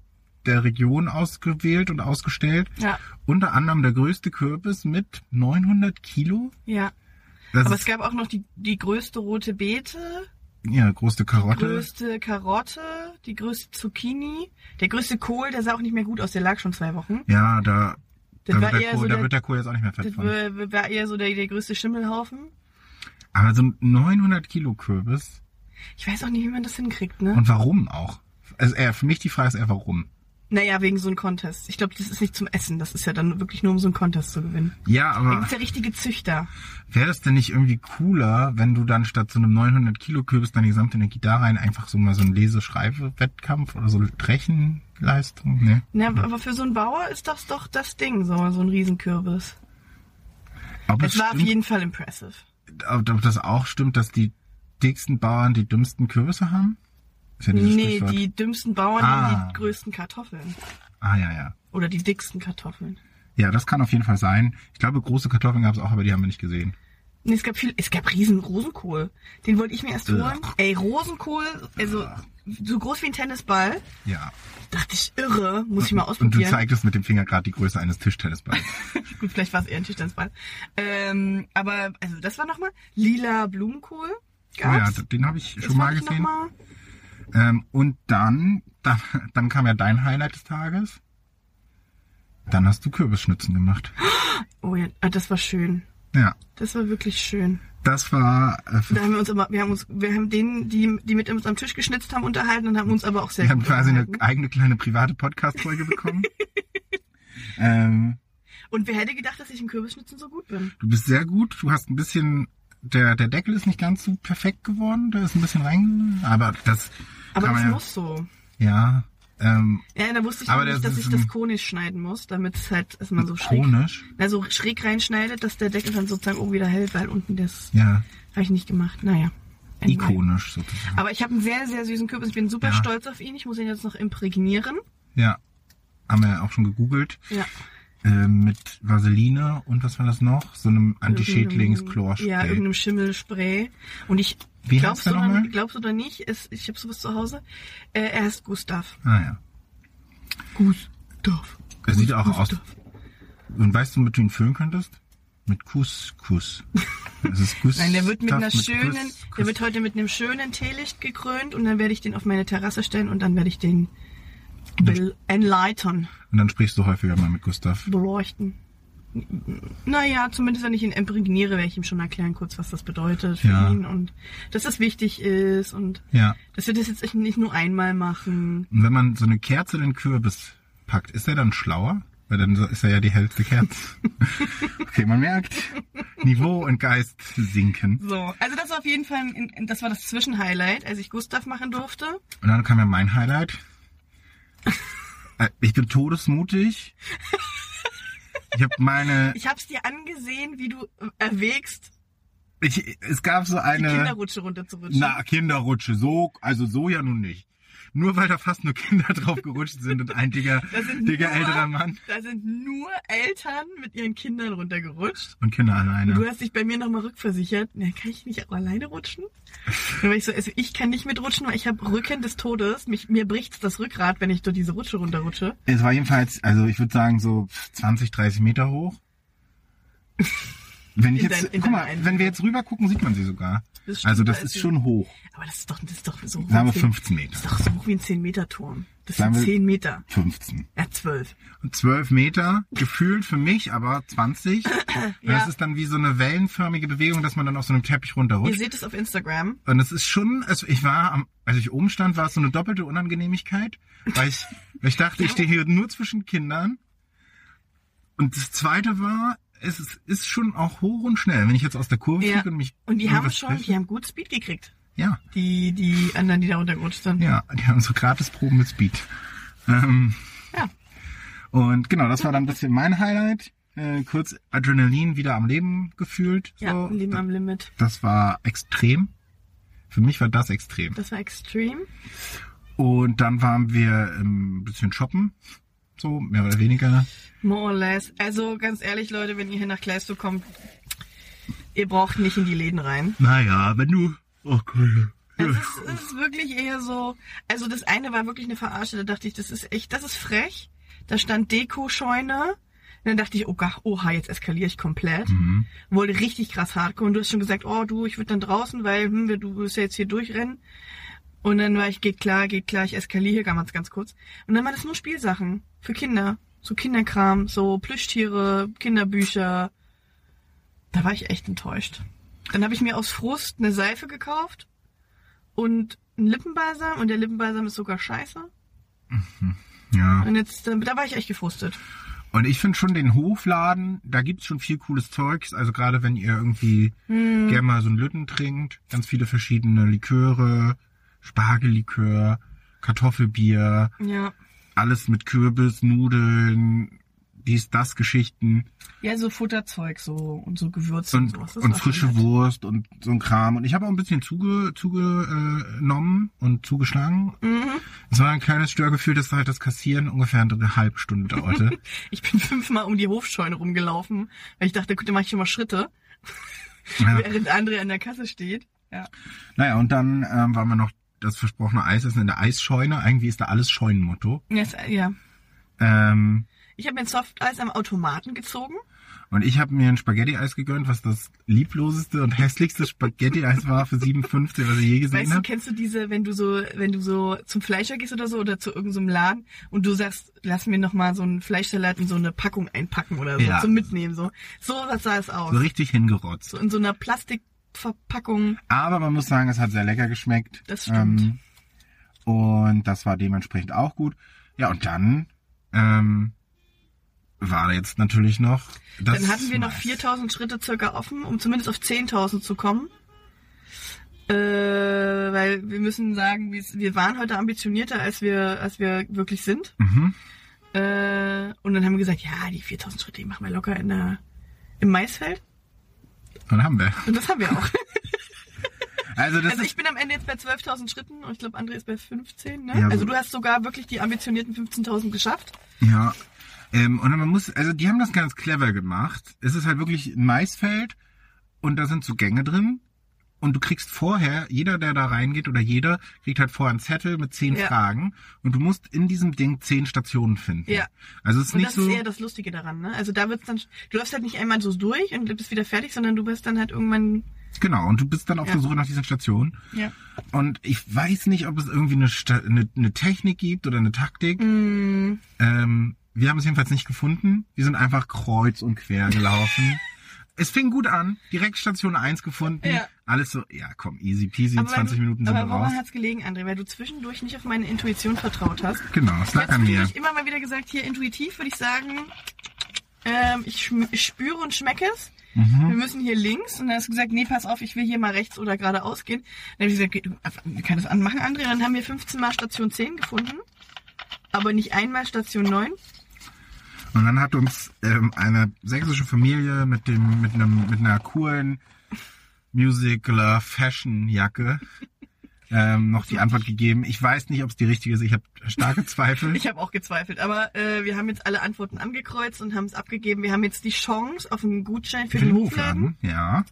Speaker 1: der Region ausgewählt und ausgestellt.
Speaker 2: Ja.
Speaker 1: Unter anderem der größte Kürbis mit 900 Kilo.
Speaker 2: Ja.
Speaker 1: Das
Speaker 2: Aber es
Speaker 1: ist
Speaker 2: gab auch noch die, die größte rote Beete,
Speaker 1: ja größte Karotte.
Speaker 2: größte Karotte, die größte Zucchini, der größte Kohl, der sah auch nicht mehr gut aus, der lag schon zwei Wochen.
Speaker 1: Ja, da,
Speaker 2: Das
Speaker 1: da,
Speaker 2: war
Speaker 1: wird der
Speaker 2: eher
Speaker 1: Kohl,
Speaker 2: so
Speaker 1: da
Speaker 2: der,
Speaker 1: wird der Kohl jetzt auch nicht mehr fett
Speaker 2: das
Speaker 1: von.
Speaker 2: war, war eher so der, der größte Schimmelhaufen.
Speaker 1: Aber so ein 900 Kilo Kürbis.
Speaker 2: Ich weiß auch nicht, wie man das hinkriegt, ne?
Speaker 1: Und warum auch? Also eher, für mich die Frage ist eher, warum?
Speaker 2: Naja, wegen so einem Contest. Ich glaube, das ist nicht zum Essen. Das ist ja dann wirklich nur, um so einen Contest zu gewinnen.
Speaker 1: Ja,
Speaker 2: Da
Speaker 1: aber
Speaker 2: gibt's ja richtige Züchter.
Speaker 1: wäre das denn nicht irgendwie cooler, wenn du dann statt so einem 900 Kilo Kürbis deine gesamte Energie da rein einfach so mal so einen Lese-Schreibe-Wettkampf oder so Rechenleistung? ne? Nee.
Speaker 2: Na, aber für so einen Bauer ist das doch das Ding, so, so ein Riesenkürbis.
Speaker 1: Ob
Speaker 2: Es war auf
Speaker 1: stimmt,
Speaker 2: jeden Fall impressive.
Speaker 1: ob, ob das auch stimmt, dass die dicksten Bauern die dümmsten Kürbisse haben? Ist ja dieses
Speaker 2: Nee,
Speaker 1: Sprichwort.
Speaker 2: die dümmsten Bauern
Speaker 1: Ah.
Speaker 2: haben die größten Kartoffeln.
Speaker 1: Ah, ja, ja.
Speaker 2: Oder die dicksten Kartoffeln.
Speaker 1: Ja, das kann auf jeden Fall sein. Ich glaube, große Kartoffeln gab es auch, aber die haben wir nicht gesehen.
Speaker 2: Nee, es gab viel, es gab riesen Rosenkohl. Den wollte ich mir erst holen.
Speaker 1: Ugh.
Speaker 2: Ey, Rosenkohl, also so groß wie ein Tennisball.
Speaker 1: Ja.
Speaker 2: Dachte ich, irre, muss ich mal
Speaker 1: Und du
Speaker 2: ausprobieren.
Speaker 1: zeigtest mit dem Finger gerade die Größe eines Tischtennisballs.
Speaker 2: Gut, vielleicht war es eher ein Tischtennisball. Ähm, aber also das war nochmal lila Blumenkohl.
Speaker 1: oh ja,
Speaker 2: Gab's?
Speaker 1: den habe ich
Speaker 2: Das
Speaker 1: schon mal
Speaker 2: fand ich
Speaker 1: gesehen.
Speaker 2: noch mal.
Speaker 1: Ähm, und dann, dann, dann kam ja dein Highlight des Tages. Dann hast du Kürbisschnitzen gemacht.
Speaker 2: Oh ja, ah, das war schön.
Speaker 1: Ja,
Speaker 2: Das war wirklich schön.
Speaker 1: das war. Äh,
Speaker 2: Da haben wir uns aber, wir haben uns, wir haben denen, die, die mit uns am Tisch geschnitzt haben, unterhalten und haben uns aber auch sehr
Speaker 1: wir haben
Speaker 2: gut
Speaker 1: quasi eine
Speaker 2: unterhalten.
Speaker 1: eigene kleine private Podcast-Folge bekommen. ähm,
Speaker 2: Und wer hätte gedacht, dass ich im Kürbisschnitzen so gut bin?
Speaker 1: du bist sehr gut. Du hast ein bisschen. Der, der Deckel ist nicht ganz so perfekt geworden. Da ist ein bisschen rein. Aber das.
Speaker 2: Aber
Speaker 1: kann
Speaker 2: das
Speaker 1: man
Speaker 2: muss so.
Speaker 1: ja. Ja. Ähm,
Speaker 2: Ja, da wusste ich
Speaker 1: Aber
Speaker 2: noch nicht,
Speaker 1: das
Speaker 2: dass
Speaker 1: ist
Speaker 2: ich das
Speaker 1: ein-
Speaker 2: konisch schneiden muss, damit es halt, dass man so schräg,
Speaker 1: chronisch.
Speaker 2: na, so schräg reinschneidet, dass der Deckel dann sozusagen oben wieder hält, weil unten das
Speaker 1: Ja.
Speaker 2: habe ich nicht gemacht. Naja. Anyway.
Speaker 1: Ikonisch sozusagen.
Speaker 2: Aber ich habe einen sehr, sehr süßen Kürbis. Ich bin super
Speaker 1: Ja.
Speaker 2: stolz auf ihn. Ich muss ihn jetzt noch imprägnieren.
Speaker 1: Ja. Haben wir ja auch schon gegoogelt.
Speaker 2: Ja.
Speaker 1: äh, mit Vaseline und was war das noch? So einem Antischädlingschlorspray.
Speaker 2: Ja, irgendeinem Schimmelspray. Und ich
Speaker 1: Wie heißt
Speaker 2: glaubst
Speaker 1: der
Speaker 2: oder,
Speaker 1: nochmal?
Speaker 2: glaubst oder nicht, ist, ich habe sowas zu Hause. Äh, er heißt Gustav.
Speaker 1: Ah ja.
Speaker 2: Gustav.
Speaker 1: Er sieht auch aus. Und weißt du, mit wem du ihn füllen könntest? Mit Couscous. Das ist Gustav
Speaker 2: Nein, der wird mit einer schönen,
Speaker 1: Couscous.
Speaker 2: der wird heute mit einem schönen Teelicht gekrönt und dann werde ich den auf meine Terrasse stellen und dann werde ich den bel- enlighten,
Speaker 1: Und dann sprichst du häufiger mal mit Gustav.
Speaker 2: beleuchten. Naja, zumindest wenn ich ihn imprägniere, werde ich ihm schon erklären kurz, was das bedeutet für
Speaker 1: Ja.
Speaker 2: ihn und dass das wichtig ist und
Speaker 1: Ja.
Speaker 2: dass wir das jetzt echt nicht nur einmal machen.
Speaker 1: Und wenn man so eine Kerze in den Kürbis packt, ist er dann schlauer? Weil dann ist er ja die hellste Kerze. okay, man merkt, Niveau und Geist sinken.
Speaker 2: So, also das war auf jeden Fall, ein- das war das Zwischenhighlight, als ich Gustav machen durfte.
Speaker 1: Und dann kam ja mein Highlight. Äh, Ich bin todesmutig. Ich habe meine.
Speaker 2: Ich hab's dir angesehen, wie du äh, erwägst,
Speaker 1: Ich, es gab so
Speaker 2: die
Speaker 1: eine.
Speaker 2: Kinderrutsche runterzurutschen.
Speaker 1: Ne. Na, Kinderrutsche. So, also so ja nun nicht. Nur weil da fast nur Kinder drauf gerutscht sind und ein dicker,
Speaker 2: Da sind
Speaker 1: dicker
Speaker 2: nur-
Speaker 1: älterer Mann
Speaker 2: Da sind nur Eltern mit ihren Kindern runtergerutscht.
Speaker 1: und Kinder
Speaker 2: Und du
Speaker 1: alleine.
Speaker 2: hast dich bei mir nochmal rückversichert. Na, kann ich nicht auch alleine rutschen? Dann war ich so, also ich kann nicht mitrutschen, weil ich habe Rücken des Todes. Mich, mir bricht das Rückgrat, wenn ich durch diese Rutsche runterrutsche.
Speaker 1: Es war jedenfalls, also ich würde sagen, so 20, 30 Meter hoch. Wenn ich
Speaker 2: In
Speaker 1: jetzt,
Speaker 2: dein- in
Speaker 1: guck
Speaker 2: deiner
Speaker 1: mal, wenn
Speaker 2: Einstellung.
Speaker 1: wir jetzt rüber gucken, sieht man sie sogar.
Speaker 2: Das stimmt,
Speaker 1: also das
Speaker 2: da ist
Speaker 1: ist
Speaker 2: sie.
Speaker 1: schon hoch.
Speaker 2: Aber das ist doch, das ist doch so hoch.
Speaker 1: Sagen wir
Speaker 2: wie ein
Speaker 1: 15
Speaker 2: Das
Speaker 1: Meter.
Speaker 2: ist doch so hoch wie ein 10-Meter-Turm. Das
Speaker 1: Sagen
Speaker 2: sind
Speaker 1: wir-
Speaker 2: 10 Meter.
Speaker 1: 15.
Speaker 2: Ja, 12.
Speaker 1: Und 12 Meter, gefühlt für mich, aber 20. Und das
Speaker 2: Ja.
Speaker 1: ist dann wie so eine wellenförmige Bewegung, dass man dann auf so einem Teppich runterrutscht.
Speaker 2: Ihr seht es auf Instagram.
Speaker 1: Und es ist schon, also ich war am, als ich oben stand, war es so eine doppelte Unangenehmigkeit, weil ich, weil ich dachte, ich stehe hier nur zwischen Kindern. Und das zweite war, es ist, ist schon auch hoch und schnell. Wenn ich jetzt aus der Kurve
Speaker 2: Ja.
Speaker 1: fliege und mich.
Speaker 2: Und die haben
Speaker 1: irgendwas
Speaker 2: schon,
Speaker 1: treffe-
Speaker 2: die haben gut Speed gekriegt.
Speaker 1: Ja,
Speaker 2: Die, die anderen, die da runtergerutscht sind.
Speaker 1: ja, die haben so Gratisproben mit Speed. Ähm,
Speaker 2: Ja.
Speaker 1: und genau, das war dann ein bisschen mein Highlight. Äh, kurz Adrenalin wieder am Leben gefühlt. So.
Speaker 2: Ja, Leben am Limit.
Speaker 1: Das war extrem. Für mich war das extrem.
Speaker 2: Das war extrem.
Speaker 1: Und dann waren wir ähm, ein bisschen shoppen. So, mehr oder weniger.
Speaker 2: More or less. Also ganz ehrlich, Leute, wenn ihr hier nach Gleistow kommt, ihr braucht nicht in die Läden rein.
Speaker 1: Naja, wenn du. Oh Gott.
Speaker 2: Es ist, es ist wirklich eher so. Also das eine war wirklich eine Verarsche. Da dachte ich, das ist echt, das ist frech. Da stand Deko-Scheune. Und Dann dachte ich, oh, ga- oha, jetzt eskaliere ich komplett.
Speaker 1: Mhm.
Speaker 2: Wurde richtig krass hardcore. Und du hast schon gesagt, oh du, ich würde dann draußen, weil hm, wir- du wirst ja jetzt hier durchrennen. Und dann war ich, geht klar, geht klar, ich eskaliere ganz, ganz kurz. Und dann waren das nur Spielsachen für Kinder. So Kinderkram, so Plüschtiere, Kinderbücher. Da war ich echt enttäuscht. Dann habe ich mir aus Frust eine Seife gekauft und einen Lippenbalsam. Und der Lippenbalsam ist sogar scheiße.
Speaker 1: Ja.
Speaker 2: Und jetzt, äh, da war ich echt gefrustet.
Speaker 1: Und ich finde schon den Hofladen, da gibt's schon viel cooles Zeugs. Also gerade wenn ihr irgendwie
Speaker 2: Hm.
Speaker 1: gerne mal so einen Lütten trinkt, ganz viele verschiedene Liköre, Spargellikör, Kartoffelbier,
Speaker 2: Ja.
Speaker 1: alles mit Kürbis, Nudeln, dies, das Geschichten.
Speaker 2: Ja, so Futterzeug so und so Gewürze und,
Speaker 1: und,
Speaker 2: sowas. Das
Speaker 1: und
Speaker 2: war
Speaker 1: frische
Speaker 2: schon nett.
Speaker 1: Wurst und so ein Kram. Und ich habe auch ein bisschen zuge, zugenommen und zugeschlagen.
Speaker 2: Mhm.
Speaker 1: Es war ein kleines Störgefühl, dass halt das Kassieren ungefähr eine halbe Stunde dauerte.
Speaker 2: Ich bin fünfmal um die Hofscheune rumgelaufen, weil ich dachte, gut, dann mache ich schon mal Schritte,
Speaker 1: ja.
Speaker 2: während André an der Kasse steht. Ja.
Speaker 1: Naja, und dann ähm, waren wir noch das versprochene Eisessen in der Eisscheune. Eigentlich ist da alles Scheunenmotto.
Speaker 2: Yes, äh, ja.
Speaker 1: Ähm,
Speaker 2: Ich habe mir ein Softeis am Automaten gezogen.
Speaker 1: und ich habe mir ein Spaghetti-Eis gegönnt, was das liebloseste und hässlichste Spaghetti-Eis war für 7,50, was ich je gesehen
Speaker 2: Weißt du,
Speaker 1: habe.
Speaker 2: kennst du diese, wenn du so, wenn du so zum Fleischer gehst oder so oder zu irgendeinem Laden und du sagst, lass mir noch mal so einen Fleischsalat in so eine Packung einpacken oder so
Speaker 1: Ja.
Speaker 2: zum Mitnehmen so. So was sah es aus.
Speaker 1: So richtig hingerotzt.
Speaker 2: So in so einer Plastikverpackung.
Speaker 1: Aber man muss sagen, es hat sehr lecker geschmeckt.
Speaker 2: Das stimmt.
Speaker 1: Ähm, und das war dementsprechend auch gut. Ja, und dann ähm, war jetzt natürlich noch das.
Speaker 2: Dann hatten wir noch
Speaker 1: Mais.
Speaker 2: 4000 Schritte circa offen, um zumindest auf 10.000 zu kommen. Äh, weil wir müssen sagen, wir- wir waren heute ambitionierter, als wir, als wir wirklich sind.
Speaker 1: Mhm.
Speaker 2: Äh, und dann haben wir gesagt, ja, die 4000 Schritte die machen wir locker in der, im Maisfeld.
Speaker 1: Dann haben wir.
Speaker 2: Und das haben wir auch.
Speaker 1: Also das
Speaker 2: also
Speaker 1: ist
Speaker 2: ich bin am Ende jetzt bei 12.000 Schritten und ich glaube, André ist bei 15. Ne?
Speaker 1: Ja,
Speaker 2: also
Speaker 1: so-
Speaker 2: du hast sogar wirklich die ambitionierten 15.000 geschafft.
Speaker 1: ja. Ähm, und man muss, also die haben das ganz clever gemacht. Es ist halt wirklich ein Maisfeld und da sind so Gänge drin. Und du kriegst vorher, jeder, der da reingeht oder jeder, kriegt halt vorher einen Zettel mit zehn
Speaker 2: Ja.
Speaker 1: Fragen. Und du musst in diesem Ding zehn Stationen finden.
Speaker 2: Ja.
Speaker 1: Also es ist
Speaker 2: Und
Speaker 1: nicht
Speaker 2: das
Speaker 1: so.
Speaker 2: ist eher das Lustige daran, ne? Also da wird's dann, du läufst halt nicht einmal so durch und bist wieder fertig, sondern du bist dann halt irgendwann,
Speaker 1: Genau, und du bist dann auf
Speaker 2: Ja.
Speaker 1: der Suche nach dieser Station.
Speaker 2: ja.
Speaker 1: Und ich weiß nicht, ob es irgendwie eine, Sta eine, eine Technik gibt oder eine Taktik.
Speaker 2: Mm,
Speaker 1: Ähm, wir haben es jedenfalls nicht gefunden. Wir sind einfach kreuz und quer gelaufen. es fing gut an, direkt Station 1 gefunden.
Speaker 2: Ja.
Speaker 1: Alles so, ja komm, easy peasy, 20
Speaker 2: weil-
Speaker 1: Minuten sind wir
Speaker 2: aber
Speaker 1: raus.
Speaker 2: woran hat's gelegen, André? Weil du zwischendurch nicht auf meine Intuition vertraut hast.
Speaker 1: Genau, es lag an
Speaker 2: Ich
Speaker 1: mir.
Speaker 2: habe immer mal wieder gesagt, hier intuitiv würde ich sagen, ähm, ich, schm- ich spüre und schmecke es.
Speaker 1: Mhm.
Speaker 2: Wir müssen hier links. Und dann hast du gesagt, nee, pass auf, ich will hier mal rechts oder geradeaus gehen. Dann habe ich gesagt, "Geh- wir können das anmachen, André. Dann haben wir 15 Mal Station 10 gefunden. Aber nicht einmal Station 9.
Speaker 1: Und dann hat uns ähm, eine sächsische Familie mit dem mit einem mit einer coolen Musical Fashion Jacke ähm, noch die Antwort gegeben. Ich weiß nicht, ob es die richtige ist. Ich habe starke Zweifel.
Speaker 2: Ich habe auch gezweifelt. Aber äh, wir haben jetzt alle Antworten angekreuzt und haben es abgegeben. Wir haben jetzt die Chance auf einen Gutschein für den Hofladen.
Speaker 1: ja.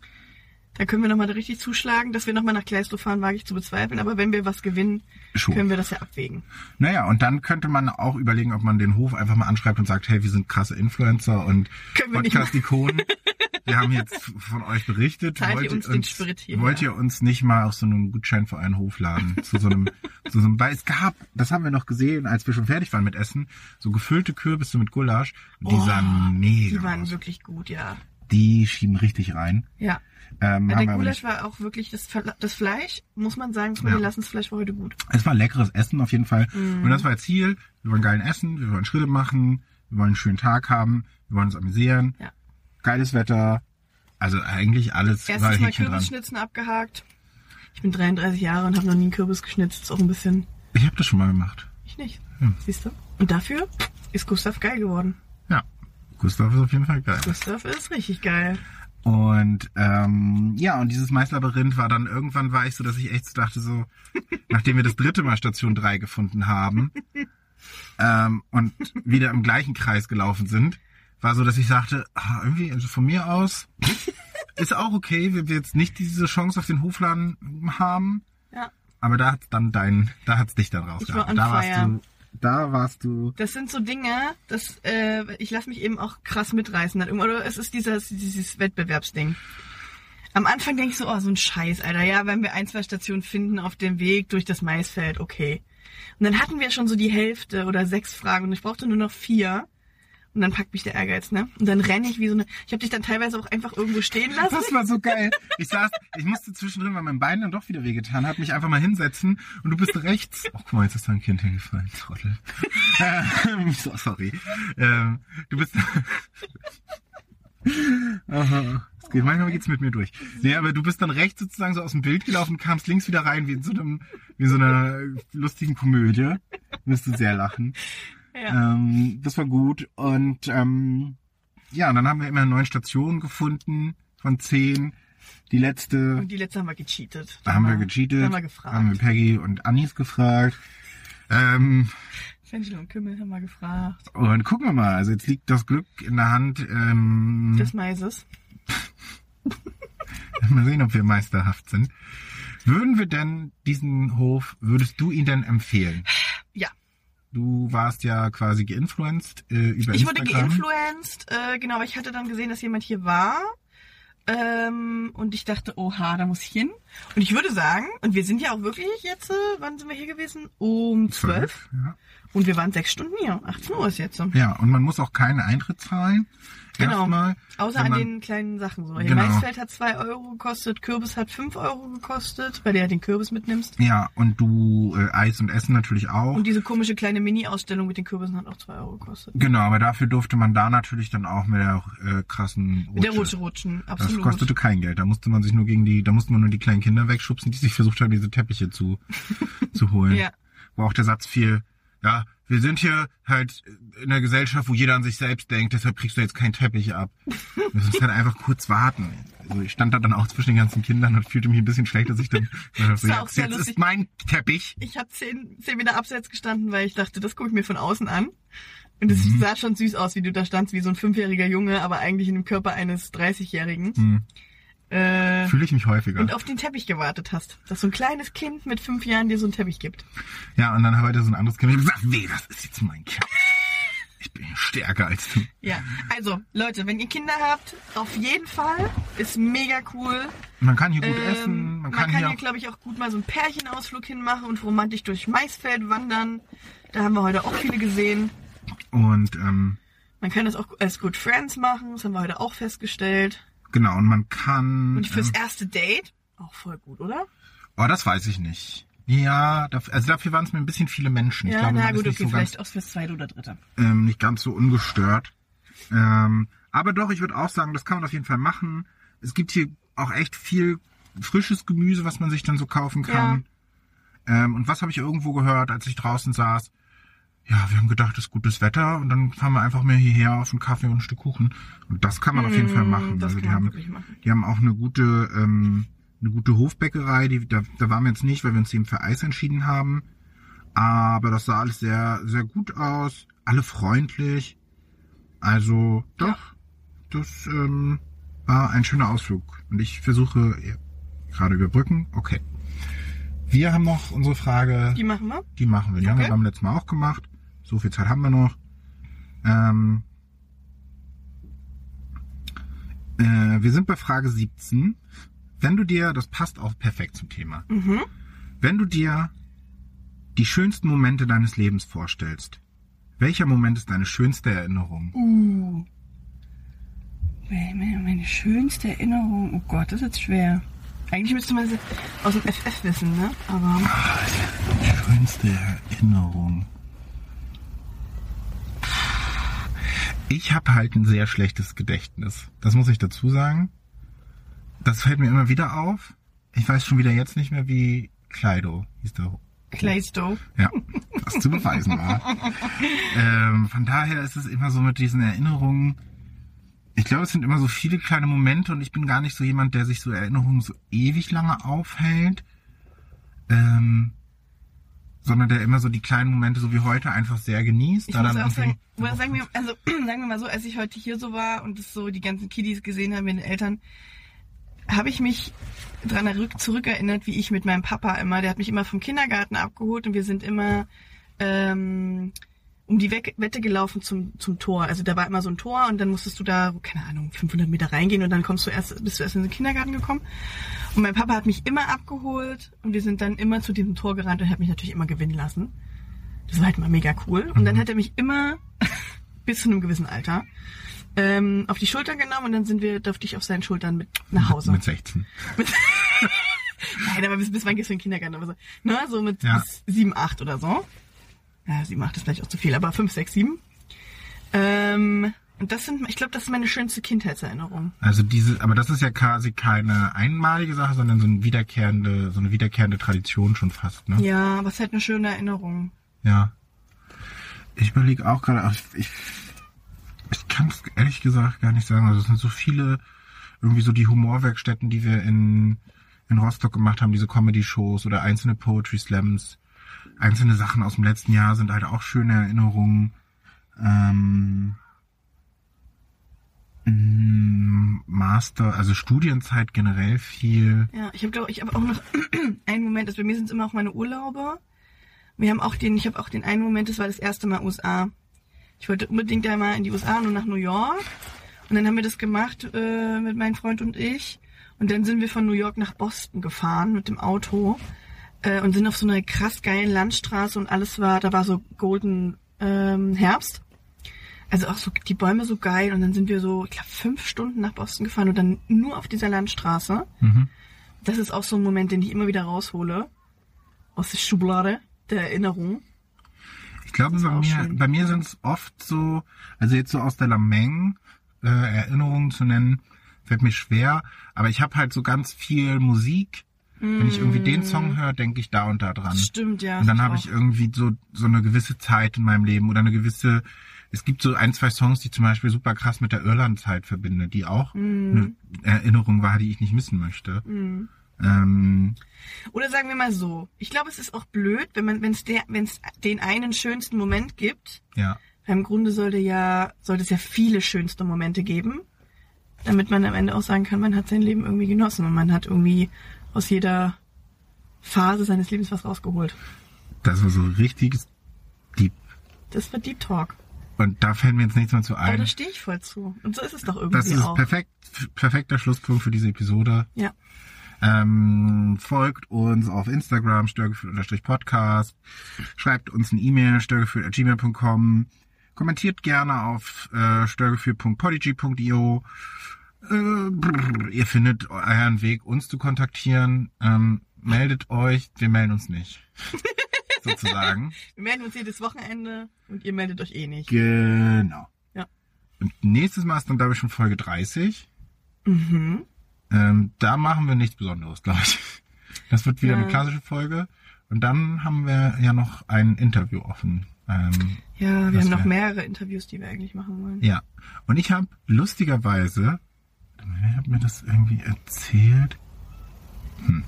Speaker 2: Da können wir nochmal richtig zuschlagen. Dass wir nochmal nach Kleistow fahren, wage ich zu bezweifeln. Aber wenn wir was gewinnen,
Speaker 1: Schon.
Speaker 2: können wir das ja abwägen.
Speaker 1: Naja, und dann könnte man auch überlegen, ob man den Hof einfach mal anschreibt und sagt, hey, wir sind krasse Influencer und
Speaker 2: Können wir nicht
Speaker 1: Podcast-Ikonen. Wir haben jetzt von euch berichtet.
Speaker 2: Zahlt ihr uns den Sprit hier,
Speaker 1: Wollt
Speaker 2: ja.
Speaker 1: ihr uns nicht mal auf so einen Gutschein für einen Hof laden? zu so einem, zu so einem, weil es gab, das haben wir noch gesehen, als wir schon fertig waren mit Essen, so gefüllte Kürbisse mit Gulasch. Und die
Speaker 2: Oh,
Speaker 1: sahen mega
Speaker 2: Die waren
Speaker 1: aus.
Speaker 2: wirklich gut, ja.
Speaker 1: Die schieben richtig rein.
Speaker 2: Ja. Äh,
Speaker 1: Ähm, haben wir
Speaker 2: der
Speaker 1: aber
Speaker 2: Gulasch
Speaker 1: nicht.
Speaker 2: war auch wirklich das, Verla- das Fleisch, muss man sagen, wir
Speaker 1: Ja.
Speaker 2: lassen das Fleisch war heute gut.
Speaker 1: Es war leckeres Essen auf jeden Fall.
Speaker 2: Mhm.
Speaker 1: Und das war Ziel. Wir wollen geilen Essen, wir wollen Schritte machen, wir wollen einen schönen Tag haben, wir wollen uns amüsieren.
Speaker 2: Ja.
Speaker 1: Geiles Wetter. Also eigentlich alles war
Speaker 2: Erstes Mal
Speaker 1: Häkchen dran.
Speaker 2: Kürbisschnitzen abgehakt. Ich bin 33 Jahre und habe noch nie einen Kürbis geschnitzt. Ist auch ein bisschen.
Speaker 1: Ich habe das schon mal gemacht.
Speaker 2: Ich nicht.
Speaker 1: Hm.
Speaker 2: Siehst du? Und dafür ist Gustav geil geworden.
Speaker 1: Ja. Gustav ist auf jeden Fall geil.
Speaker 2: Gustav ist richtig geil.
Speaker 1: Und ähm, ja, und dieses Maislabyrinth war dann irgendwann war ich so, dass ich echt so dachte, so, nachdem wir das dritte Mal Station 3 gefunden haben ähm, und wieder im gleichen Kreis gelaufen sind, war so, dass ich sagte, ah, irgendwie, also von mir aus ist auch okay, wenn wir jetzt nicht diese Chance auf den Hofladen haben.
Speaker 2: Ja.
Speaker 1: Aber da hat's dann dein, da hat's dich dann
Speaker 2: Ich war
Speaker 1: rausgehauen.
Speaker 2: on
Speaker 1: Da warst
Speaker 2: fire.
Speaker 1: du, da warst du.
Speaker 2: Das sind so Dinge, das, äh, ich lasse mich eben auch krass mitreißen. dann irgendwann. Oder es ist dieses, dieses Wettbewerbsding. Am Anfang denke ich so, oh, so ein Scheiß, Alter. Ja, wenn wir ein, zwei Stationen finden auf dem Weg durch das Maisfeld, okay. Und dann hatten wir schon so die Hälfte oder sechs Fragen und ich brauchte nur noch vier. Und dann packt mich der Ehrgeiz, ne? Und dann renne ich wie so eine. Ich habe dich dann teilweise auch einfach irgendwo stehen lassen.
Speaker 1: Das war so geil. Ich saß, ich musste zwischendrin, weil mein Bein dann doch wieder wehgetan hat, mich einfach mal hinsetzen und du bist rechts. Oh, guck mal, jetzt ist da ein Kind hingefallen, Trottel. Ähm, so, sorry. Ähm, du bist. Aha. Es geht, manchmal geht's mit mir durch. Nee, aber du bist dann rechts sozusagen so aus dem Bild gelaufen, kamst links wieder rein, wie in so einem, wie in so einer lustigen Komödie. Wirst du sehr lachen.
Speaker 2: Ja.
Speaker 1: Ähm, das war gut. Und ähm, ja, und dann haben wir immer neun Stationen gefunden von zehn. Die letzte,
Speaker 2: Und die letzte haben wir gecheatet.
Speaker 1: da haben wir
Speaker 2: Da
Speaker 1: gecheatet.
Speaker 2: haben wir gefragt.
Speaker 1: Haben wir Peggy und Anis gefragt. Ähm,
Speaker 2: Fenchel und Kümmel haben wir gefragt.
Speaker 1: und gucken wir mal. Also jetzt liegt das Glück in der Hand. Ähm,
Speaker 2: Des Maises.
Speaker 1: mal sehen, ob wir meisterhaft sind. Würden wir denn diesen Hof, würdest du ihn denn empfehlen?
Speaker 2: Ja.
Speaker 1: Du warst ja quasi geinfluenced äh, über
Speaker 2: Ich wurde
Speaker 1: Instagram.
Speaker 2: geinfluenced, äh, genau, aber ich hatte dann gesehen, dass jemand hier war. Ähm, und ich dachte, oha, da muss ich hin. Und ich würde sagen, und wir sind ja auch wirklich jetzt, äh, wann sind wir hier gewesen? Um zwölf.
Speaker 1: Zwölf, ja.
Speaker 2: Und wir waren sechs Stunden hier. 18 Uhr ist jetzt. so.
Speaker 1: Ja, und man muss auch keinen Eintritt zahlen.
Speaker 2: Genau.
Speaker 1: Erstmal,
Speaker 2: Außer
Speaker 1: wenn
Speaker 2: an
Speaker 1: man-
Speaker 2: den kleinen Sachen. So.
Speaker 1: Genau.
Speaker 2: Maisfeld hat zwei Euro gekostet, Kürbis hat fünf Euro gekostet, weil du ja den Kürbis mitnimmst.
Speaker 1: Ja, und du äh, Eis und Essen natürlich auch.
Speaker 2: Und diese komische kleine Mini-Ausstellung mit den Kürbissen hat auch zwei Euro gekostet.
Speaker 1: Genau, aber dafür durfte man da natürlich dann auch mit der äh, krassen Rutsche.
Speaker 2: Mit der Rutsche rutschen,
Speaker 1: Das
Speaker 2: absolut.
Speaker 1: kostete kein Geld. Da musste man sich nur gegen die, da musste man nur die kleinen Kinder wegschubsen, die sich versucht haben, diese Teppiche zu, zu holen.
Speaker 2: Ja.
Speaker 1: Wo auch der Satz fiel, ja, wir sind hier halt in einer Gesellschaft, wo jeder an sich selbst denkt, deshalb kriegst du jetzt keinen Teppich ab. Wir müssen halt einfach kurz warten. Also ich stand da dann auch zwischen den ganzen Kindern und fühlte mich ein bisschen schlecht, dass ich dann, so,
Speaker 2: war
Speaker 1: ja,
Speaker 2: auch
Speaker 1: jetzt
Speaker 2: sehr
Speaker 1: ist
Speaker 2: lustig.
Speaker 1: mein Teppich.
Speaker 2: ich habe zehn, zehn Meter abseits gestanden, weil ich dachte, das gucke ich mir von außen an. Und es
Speaker 1: Mhm.
Speaker 2: sah schon süß aus, wie du da standst, wie so ein fünfjähriger Junge, aber eigentlich in dem Körper eines 30-Jährigen.
Speaker 1: Hm.
Speaker 2: Äh,
Speaker 1: Fühle ich mich häufiger.
Speaker 2: und auf den Teppich gewartet hast. Dass so ein kleines Kind mit fünf Jahren dir so einen Teppich gibt.
Speaker 1: Ja, und dann habe ich da so ein anderes Kind. Ich hab gesagt, nee, das ist jetzt mein Kerl. Ich bin stärker als du.
Speaker 2: Ja. Also, Leute, wenn ihr Kinder habt, auf jeden Fall. Ist mega cool.
Speaker 1: Man kann hier gut
Speaker 2: Ähm,
Speaker 1: essen, man kann, hier,
Speaker 2: glaube ich, auch gut mal so einen Pärchenausflug hinmachen und romantisch durch Maisfeld wandern. Da haben wir heute auch viele gesehen.
Speaker 1: und ähm,
Speaker 2: Man kann das auch als Good Friends machen, das haben wir heute auch festgestellt.
Speaker 1: genau, und man kann.
Speaker 2: Und fürs
Speaker 1: ähm,
Speaker 2: erste Date, auch voll gut, oder?
Speaker 1: oh, das weiß ich nicht. Ja, daf- also dafür waren es mir ein bisschen viele Menschen. ich
Speaker 2: ja,
Speaker 1: glaube,
Speaker 2: na
Speaker 1: man ist
Speaker 2: gut, okay,
Speaker 1: nicht, so ganz,
Speaker 2: vielleicht auch fürs zweite oder dritte.
Speaker 1: ähm, nicht ganz so ungestört. Ähm, aber doch, ich würde auch sagen, das kann man auf jeden Fall machen. Es gibt hier auch echt viel frisches Gemüse, was man sich dann so kaufen kann. Ähm, und was habe ich irgendwo gehört, als ich draußen saß? Ja, wir haben gedacht, es ist gutes Wetter und dann fahren wir einfach mehr hierher auf einen Kaffee und ein Stück Kuchen. Und das kann man auf jeden Fall machen.
Speaker 2: Mhm, Mm, Das
Speaker 1: also die
Speaker 2: kann man
Speaker 1: haben,
Speaker 2: wirklich machen.
Speaker 1: die haben auch eine gute, ähm, eine gute Hofbäckerei. Die, da, da waren wir jetzt nicht, weil wir uns eben für Eis entschieden haben. Aber das sah alles sehr, sehr gut aus. Alle freundlich. Also doch, das ähm, war ein schöner Ausflug. Und ich versuche ja, gerade überbrücken. Okay. Wir haben noch unsere Frage.
Speaker 2: Die machen wir.
Speaker 1: Die machen wir. Die haben wir
Speaker 2: Okay.
Speaker 1: beim letzten Mal auch gemacht. So viel Zeit haben wir noch. Ähm, äh, wir sind bei Frage 17. Wenn du dir, das passt auch perfekt zum Thema,
Speaker 2: Mhm.
Speaker 1: wenn du dir die schönsten Momente deines Lebens vorstellst, welcher Moment ist deine schönste Erinnerung?
Speaker 2: Uh. Meine, meine schönste Erinnerung. Oh Gott, das ist jetzt schwer. Eigentlich müsste man das aus dem FF wissen, ne? Aber.
Speaker 1: Schönste Erinnerung. Ich habe halt ein sehr schlechtes Gedächtnis. Das muss ich dazu sagen. Das fällt mir immer wieder auf. Ich weiß schon wieder jetzt nicht mehr, wie Kleido hieß der.
Speaker 2: Claystow.
Speaker 1: Ja, was zu beweisen war. ähm, von daher ist es immer so mit diesen Erinnerungen. Ich glaube, es sind immer so viele kleine Momente und ich bin gar nicht so jemand, der sich so Erinnerungen so ewig lange aufhält. Ähm, sondern der immer so die kleinen Momente, so wie heute, einfach sehr genießt.
Speaker 2: Ich
Speaker 1: da
Speaker 2: muss
Speaker 1: dann
Speaker 2: auch sagen,
Speaker 1: irgendwie-
Speaker 2: oder sagen wir, also sagen wir mal so, als ich heute hier so war und es so die ganzen Kiddies gesehen habe, meine Eltern, habe ich mich dran errück- zurückerinnert, wie ich mit meinem Papa immer, der hat mich immer vom Kindergarten abgeholt und wir sind immer ähm, um die Wec- Wette gelaufen zum, zum Tor. Also da war immer so ein Tor und dann musstest du da, keine Ahnung, 500 Meter reingehen und dann kommst du erst, bist du erst in den Kindergarten gekommen. Und mein Papa hat mich immer abgeholt und wir sind dann immer zu diesem Tor gerannt und hat mich natürlich immer gewinnen lassen. Das war halt mal mega cool. Und dann hat er mich immer, bis zu einem gewissen Alter, ähm, auf die Schultern genommen und dann sind wir, durfte ich auf seinen Schultern mit nach Hause.
Speaker 1: Mit 16.
Speaker 2: Nein, aber bis, bis wann gehst du in den Kindergarten? Aber so, ne, so mit
Speaker 1: Ja.
Speaker 2: bis sieben, acht oder so. Ja, sieben, acht ist vielleicht auch zu viel, aber fünf, sechs, sieben. Ähm, und das sind, ich glaube, das ist meine schönste Kindheitserinnerung.
Speaker 1: Also diese, aber das ist ja quasi keine einmalige Sache, sondern so eine wiederkehrende, so eine wiederkehrende Tradition schon fast, ne?
Speaker 2: Ja, was halt eine schöne Erinnerung.
Speaker 1: Ja. Ich überlege auch gerade, aber ich, ich, ich kann es ehrlich gesagt gar nicht sagen. Also es sind so viele, irgendwie so die Humorwerkstätten, die wir in, in Rostock gemacht haben, diese Comedy-Shows oder einzelne Poetry Slams, einzelne Sachen aus dem letzten Jahr sind halt auch schöne Erinnerungen. Ähm, mm, Master, also Studienzeit generell viel.
Speaker 2: Ja, ich habe glaube ich habe auch noch einen Moment, also bei mir sind es immer auch meine Urlaube. Wir haben auch den, ich habe auch den einen Moment, das war das erste Mal USA. Ich wollte unbedingt einmal in die USA und nach New York. Und dann haben wir das gemacht äh, mit meinem Freund und ich. Und dann sind wir von New York nach Boston gefahren mit dem Auto äh, und sind auf so einer krass geilen Landstraße und alles war, da war so Golden ähm, Herbst. Also auch so die Bäume so geil. Und dann sind wir so, ich glaube, fünf Stunden nach Boston gefahren und dann nur auf dieser Landstraße.
Speaker 1: Mhm.
Speaker 2: Das ist auch so ein Moment, den ich immer wieder raushole. Aus der Schublade der Erinnerung.
Speaker 1: Ich glaube, bei
Speaker 2: auch
Speaker 1: mir,
Speaker 2: schön.
Speaker 1: bei mir sind es oft so, also jetzt so aus der Lameng äh, Erinnerungen zu nennen, fällt mir schwer. Aber ich habe halt so ganz viel Musik. Wenn ich irgendwie den Song höre, denke ich da und da dran.
Speaker 2: Mm. Stimmt, ja.
Speaker 1: Und dann
Speaker 2: das
Speaker 1: habe
Speaker 2: auch.
Speaker 1: ich irgendwie so, so eine gewisse Zeit in meinem Leben oder eine gewisse, es gibt so ein, zwei Songs, die zum Beispiel super krass mit der Irlandzeit verbinde, die auch
Speaker 2: Mm.
Speaker 1: eine Erinnerung war, die ich nicht missen möchte.
Speaker 2: Mm.
Speaker 1: Ähm,
Speaker 2: Oder sagen wir mal so. Ich glaube, es ist auch blöd, wenn man, wenn es der, wenn es den einen schönsten Moment gibt,
Speaker 1: ja.
Speaker 2: Weil Im Grunde sollte ja, sollte es ja viele schönste Momente geben, damit man am Ende auch sagen kann, man hat sein Leben irgendwie genossen und man hat irgendwie aus jeder Phase seines Lebens was rausgeholt.
Speaker 1: Das war so richtig deep.
Speaker 2: Das war Deep Talk.
Speaker 1: Und da fällt mir jetzt nichts mehr zu
Speaker 2: Aber
Speaker 1: ein.
Speaker 2: da stehe ich voll zu. Und so ist es doch irgendwie
Speaker 1: Das ist
Speaker 2: auch.
Speaker 1: perfekt, perfekter Schlusspunkt für diese Episode.
Speaker 2: Ja.
Speaker 1: Ähm, folgt uns auf Instagram, störgefühl-podcast. Schreibt uns eine E-Mail, störgefühl.gmail.com. Kommentiert gerne auf äh, störgefühl.podigy.io. Äh, brr, ihr findet euren Weg, uns zu kontaktieren. Ähm, meldet euch, wir melden uns nicht. Sozusagen.
Speaker 2: Wir melden uns jedes Wochenende und ihr meldet euch eh nicht.
Speaker 1: Genau.
Speaker 2: Ja.
Speaker 1: Und nächstes Mal ist dann, glaube ich, schon Folge 30.
Speaker 2: Mhm.
Speaker 1: Ähm, da machen wir nichts Besonderes, glaube ich. Das wird wieder eine
Speaker 2: Ja.
Speaker 1: klassische Folge. Und dann haben wir ja noch ein Interview offen. Ähm,
Speaker 2: Ja, wir
Speaker 1: Das
Speaker 2: haben noch
Speaker 1: wär-
Speaker 2: mehrere Interviews, die wir eigentlich machen wollen.
Speaker 1: ja. Und ich habe lustigerweise, wer hat mir das irgendwie erzählt? Hm.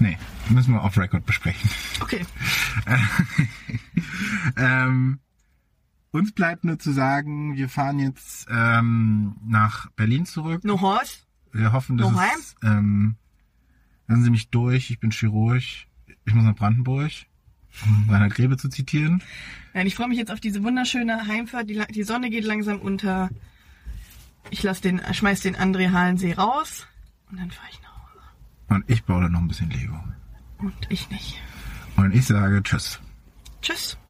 Speaker 1: Nee, müssen wir off Record besprechen.
Speaker 2: Okay.
Speaker 1: Ähm, uns bleibt nur zu sagen, wir fahren jetzt ähm, nach Berlin zurück.
Speaker 2: No horse.
Speaker 1: Wir hoffen, dass
Speaker 2: Noch
Speaker 1: es... Ähm, lassen Sie mich durch, ich bin Chirurg. Ich muss nach Brandenburg, um Rainer Grebe zu zitieren.
Speaker 2: Nein, ich freue mich jetzt auf diese wunderschöne Heimfahrt. Die, la- die Sonne geht langsam unter. Ich lass den, schmeiß den André Halensee raus und dann fahre ich nach Hause.
Speaker 1: Und ich baue da noch ein bisschen Lego.
Speaker 2: Und ich nicht.
Speaker 1: Und ich sage Tschüss.
Speaker 2: Tschüss.